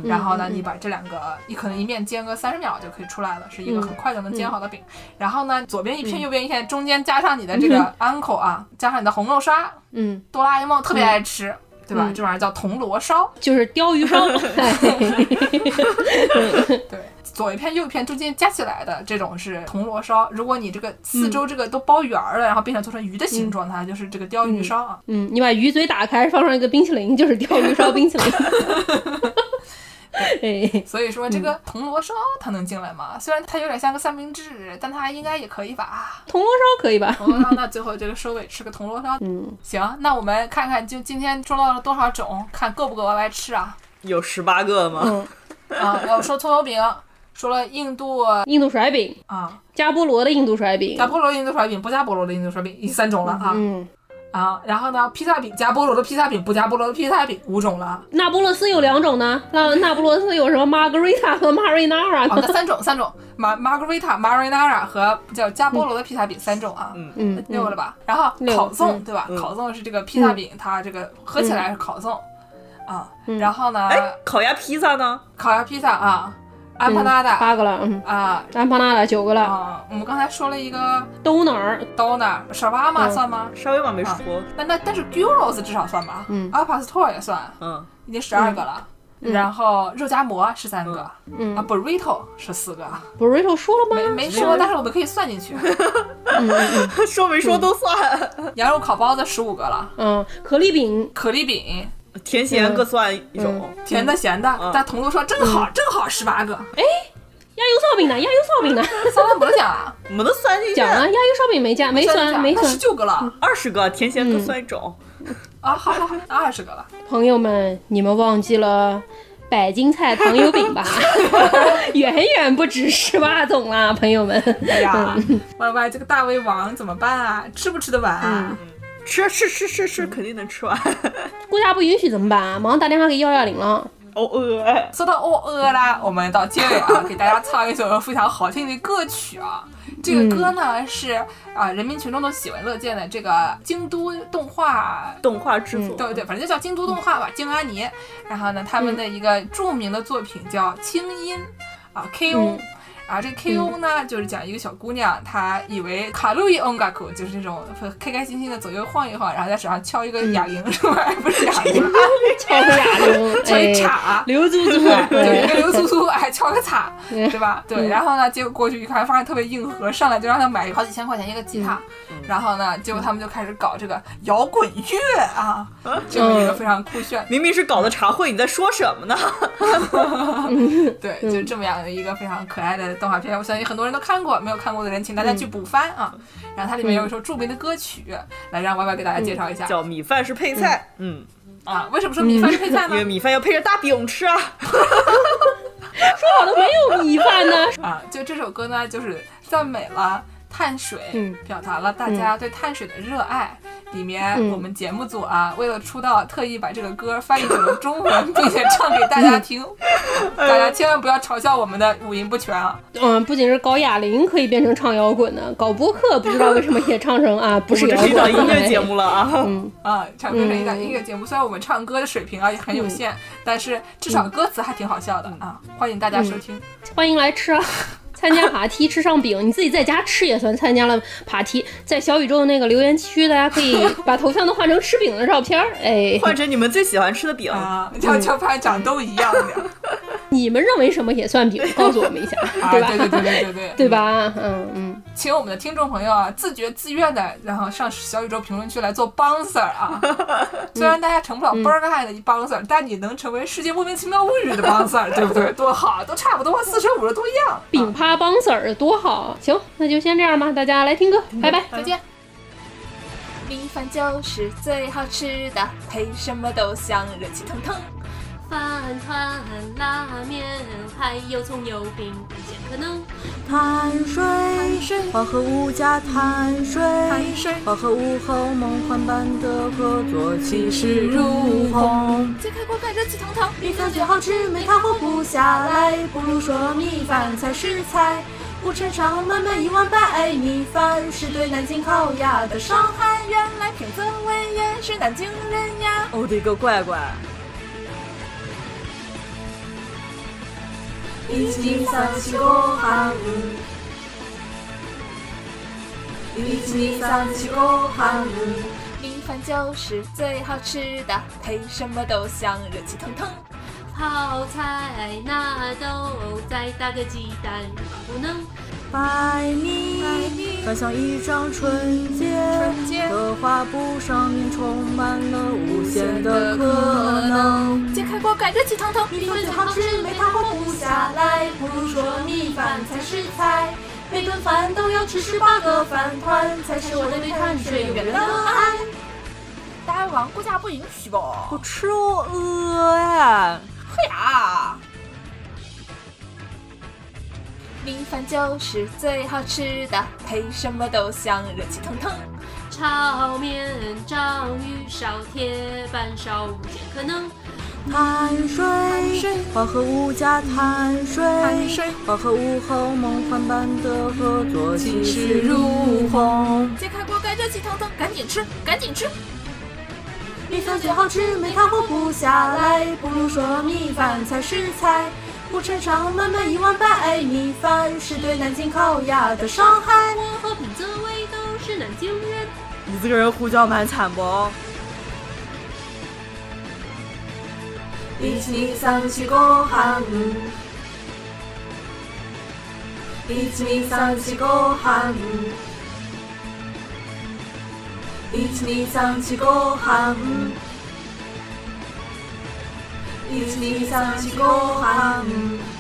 [SPEAKER 1] 然后呢，
[SPEAKER 3] 嗯嗯
[SPEAKER 1] 你把这两个，你可能一面煎个三十秒就可以出来了，是一个
[SPEAKER 3] 嗯
[SPEAKER 1] 很快就能煎好的饼。然后呢，左边一片，右边一片，中间加上你的这个 uncle 啊，加上你的红肉沙，
[SPEAKER 3] 嗯，
[SPEAKER 1] 哆啦 A 梦特别爱吃，对吧？
[SPEAKER 3] 嗯
[SPEAKER 1] 这玩意儿叫铜锣烧。
[SPEAKER 3] 就是鲷鱼
[SPEAKER 1] (laughs)
[SPEAKER 3] 烧，
[SPEAKER 1] 对，左一片右一片中间加起来的这种是铜锣烧。如果你这个
[SPEAKER 3] 嗯
[SPEAKER 1] 四周这个都包圆儿了，然后变成做成鱼的形状，它就是这个鲷鱼烧啊。
[SPEAKER 3] 嗯，你把鱼嘴打开，放上一个冰淇淋，就是鲷鱼烧冰淇
[SPEAKER 1] (laughs)
[SPEAKER 3] 淋。哎，
[SPEAKER 1] 所以说这个铜锣烧它能进来吗？虽然它有点像个三明治，但它应该也可以
[SPEAKER 3] (laughs)
[SPEAKER 1] 吧。
[SPEAKER 3] 铜锣烧可以吧？
[SPEAKER 1] 铜锣烧，那最后这个收尾吃个铜锣烧。
[SPEAKER 3] 嗯，
[SPEAKER 1] 行，那我们看看就今天说到了多少种，看够不够 YY 吃啊？
[SPEAKER 2] 有十八个吗？
[SPEAKER 3] 嗯，
[SPEAKER 1] 啊，我说葱油饼，说了印度
[SPEAKER 3] 印度甩饼，
[SPEAKER 1] 啊，
[SPEAKER 3] 加菠萝的印度甩饼
[SPEAKER 1] 加，菠萝的印度甩饼，不加菠萝的印度甩饼，已三种了啊。
[SPEAKER 3] 嗯，
[SPEAKER 1] 啊，然后呢，披萨饼加菠萝的披萨饼，不加菠萝的披萨饼，五种了。
[SPEAKER 3] 那不勒斯有两种呢，那那不勒斯有什么 margarita 和 marinara
[SPEAKER 1] 哦，那三种，三种，马 margarita、marinara 和叫加菠萝的披萨饼三种啊，
[SPEAKER 2] 嗯
[SPEAKER 3] 嗯，嗯
[SPEAKER 1] 六了吧？然后
[SPEAKER 3] 六
[SPEAKER 1] 烤粽
[SPEAKER 3] 嗯
[SPEAKER 1] 对吧？
[SPEAKER 2] 嗯
[SPEAKER 1] 烤粽是这个披萨饼，它这个合起来是烤粽啊。然后呢，
[SPEAKER 2] 哎，烤鸭披萨呢？
[SPEAKER 1] 烤鸭披萨啊，安
[SPEAKER 3] 嗯
[SPEAKER 1] 帕纳达
[SPEAKER 3] 八个了，嗯，
[SPEAKER 1] 啊
[SPEAKER 3] 安巴纳达九个了，
[SPEAKER 1] 啊，我们刚才说了一个
[SPEAKER 3] 都哪儿？
[SPEAKER 1] donut、沙瓦玛
[SPEAKER 3] 嗯
[SPEAKER 1] 算吗？
[SPEAKER 2] 稍微嘛没说，
[SPEAKER 1] 那那但是 gyros 至少算吧，
[SPEAKER 3] 嗯
[SPEAKER 1] 阿帕斯托也算，
[SPEAKER 2] 嗯，
[SPEAKER 1] 已经十二个了。然后肉夹馍是三个，
[SPEAKER 3] 嗯
[SPEAKER 1] 啊，burrito 是四个，
[SPEAKER 3] burrito 说了吗？
[SPEAKER 1] 没没说，但是我们可以算进去。
[SPEAKER 3] (laughs) 嗯嗯
[SPEAKER 2] 说没说都算。
[SPEAKER 1] 羊肉烤包子十五个了，
[SPEAKER 3] 嗯，嗯，可丽饼
[SPEAKER 1] 可丽饼
[SPEAKER 2] 甜咸各算一种
[SPEAKER 3] 嗯，
[SPEAKER 1] 甜的咸的，
[SPEAKER 2] 嗯
[SPEAKER 1] 但同桌说正好正好十八个，哎
[SPEAKER 3] 鸭油烧饼呢？鸭油烧
[SPEAKER 1] (laughs)
[SPEAKER 3] 饼呢？
[SPEAKER 1] 桑兰博讲啊，
[SPEAKER 2] 我们都算进去
[SPEAKER 3] 讲。了，啊鸭油烧饼没 (laughs) 加，没算，嗯没
[SPEAKER 1] 十
[SPEAKER 3] 算。
[SPEAKER 1] 九个了
[SPEAKER 2] 二十个甜咸各算一种，
[SPEAKER 1] 啊，好好好，二十个了，
[SPEAKER 3] 朋友们，你们忘记了北京菜糖油
[SPEAKER 2] (laughs)
[SPEAKER 3] 饼吧？远远不止十八种啦，朋友们。
[SPEAKER 1] 哎呀，Y (laughs) Y 这个大胃王怎么办啊？吃不吃得完啊？
[SPEAKER 2] 吃吃吃吃吃，肯定能吃完。
[SPEAKER 3] 顾家不允许怎么办？马上打电话给幺幺
[SPEAKER 2] (laughs)
[SPEAKER 3] 零了。
[SPEAKER 2] 哦呃，
[SPEAKER 1] 说到哦呃啦，我们到结尾啊，给大家唱一首非常好听的歌曲啊。这个歌呢是啊，人民群众都喜闻乐见的这个京都动画
[SPEAKER 2] 动画制作，
[SPEAKER 1] 对对，反正就叫京都动画吧，京阿尼。然后呢，他们的一个著名的作品叫《清音》啊，K.O.
[SPEAKER 3] 嗯
[SPEAKER 1] 啊，这 K.O. 呢，就是讲一个小姑娘，她以为卡路伊 on 嘎库就是这种呃开开心心的左右晃一晃，然后在手上敲一个哑铃，是吧？不是哑铃，
[SPEAKER 2] 哎
[SPEAKER 3] 敲个哑铃，
[SPEAKER 1] 敲一
[SPEAKER 3] 哎，
[SPEAKER 1] 叉。
[SPEAKER 3] 刘猪
[SPEAKER 2] (laughs)
[SPEAKER 3] 猪，
[SPEAKER 1] (laughs) 对，一
[SPEAKER 3] 对
[SPEAKER 1] 个流苏苏，哎，敲个叉，(laughs)
[SPEAKER 3] 嗯
[SPEAKER 1] 对吧？对，然后呢，结果过去一看，发现特别硬核，上来就让他买好几千块钱一个吉他，然后呢，结果他们就开始搞这个摇滚乐啊，就是一个非常酷炫
[SPEAKER 2] 明明是搞的茶会，你在说什么呢？
[SPEAKER 1] 对，就这么样的一个非常可爱的动画片，我相信很多人都看过，没有看过的人，请大家去补番啊。然后它里面有一首著名的歌曲，来让 Y Y 给大家介绍一下、
[SPEAKER 2] 叫米饭是配菜，嗯，
[SPEAKER 1] 啊。为什么说米饭是配菜
[SPEAKER 2] 因为
[SPEAKER 1] 呢？
[SPEAKER 2] 米饭要配着大饼吃啊。
[SPEAKER 3] 我都没有米饭呢。
[SPEAKER 1] 啊，就这首歌呢，就是赞美了碳水，
[SPEAKER 3] 嗯
[SPEAKER 1] 表达了大家对碳水的热爱。里面
[SPEAKER 3] 嗯
[SPEAKER 1] 我们节目
[SPEAKER 3] 嗯
[SPEAKER 1] 组啊，为了出道，特意把这个歌翻译成了中文，并且唱给大家听。大家千万不要嘲笑我们的五音不全啊！
[SPEAKER 3] 嗯，不仅是搞哑铃可以变成唱摇滚的，搞播客不知道为什么也唱成啊，不是
[SPEAKER 2] 这
[SPEAKER 3] 摇
[SPEAKER 2] 是一档
[SPEAKER 3] 滚哎
[SPEAKER 2] 音乐节目了啊！
[SPEAKER 3] 嗯，
[SPEAKER 1] 啊，唱歌是一档音乐节目，虽然我们唱歌的水平啊也很
[SPEAKER 3] 嗯
[SPEAKER 1] 有限，但是至少歌词还挺好笑的啊！欢迎大家
[SPEAKER 3] 嗯
[SPEAKER 1] 收听。
[SPEAKER 3] 欢迎来吃啊！参加爬梯吃上饼，你自己在家吃也算参加了爬梯。在小宇宙那个留言区，大家可以把头像都换成吃饼的照片儿。哎，
[SPEAKER 2] 换成你们最喜欢吃的
[SPEAKER 3] 嗯
[SPEAKER 2] 饼，
[SPEAKER 1] 啊，要求拍长都一样的，
[SPEAKER 3] (laughs) 你们认为什么也算
[SPEAKER 1] (laughs)
[SPEAKER 3] 饼？告诉我们一下，
[SPEAKER 1] 啊，
[SPEAKER 3] 对
[SPEAKER 1] 对
[SPEAKER 3] 吧？
[SPEAKER 1] 对对对对对，
[SPEAKER 3] 对吧？嗯嗯，
[SPEAKER 1] 请我们的听众朋友啊，自觉自愿的，然后上小宇宙评论区来做 bouncer 啊。虽然大家成不了 burn high 的 bouncer，、但你能成为世界莫名其妙物语的 bouncer，对不对？多好，都差不多，四舍五入都一样。啊
[SPEAKER 3] 饼趴帮 Sir 多好。行，那就先这样吧，大家来听歌，
[SPEAKER 1] 嗯
[SPEAKER 3] 拜拜。
[SPEAKER 4] 再见。米饭就是最好吃的，配什么都香，热气腾腾。
[SPEAKER 5] 饭团、拉面，还有葱油饼，无限可能。
[SPEAKER 6] 碳水，黄河五加碳水，黄河午后梦幻般的合作，气势如虹。
[SPEAKER 4] 揭开锅盖，热气腾腾。
[SPEAKER 6] 米饭最好吃，没它活不下来，不如说米饭才是菜。古城上满满一万百，米饭是对南京烤鸭的伤害。
[SPEAKER 4] 啊，原来平泽唯也是南京人呀。
[SPEAKER 2] 我的个乖乖！
[SPEAKER 6] 一斤三七ご飯一斤三七ご飯
[SPEAKER 4] 米饭就是最好吃的，配什么都香，热气腾腾。
[SPEAKER 5] 泡菜、纳豆，再打个鸡蛋，不能。
[SPEAKER 6] 百米，翻像一张纯洁，刻画布上面充满了无限的可能。
[SPEAKER 4] 揭开锅盖，热气腾腾。
[SPEAKER 6] 米饭最好吃，没它活不下来。不如说米饭才是菜，每顿饭都要吃十八个饭团，才是我的对碳水永远的爱。
[SPEAKER 4] 大胃王估价不允许吧？
[SPEAKER 2] 好吃哦，饿哎！
[SPEAKER 4] 对呀。米饭就是最好吃的，配什么都香，热气腾腾。
[SPEAKER 5] 炒面、章鱼烧、铁板烧，无限可能。
[SPEAKER 6] 碳水，黄河五加碳水，黄河午后梦幻般的合作，气势如虹。
[SPEAKER 4] 揭开锅盖，热气腾腾，赶紧吃，赶紧吃。
[SPEAKER 6] 米饭最好吃，没它活不下来，不如说米饭才是菜。古城上满满一碗白米饭，是对南京烤鸭的伤害。
[SPEAKER 5] 我和平泽威都是南京人。
[SPEAKER 2] 你这个人胡椒蛮惨不？
[SPEAKER 6] 一二三四ご飯一二三四ご飯一二三四ご飯一二三四ご飯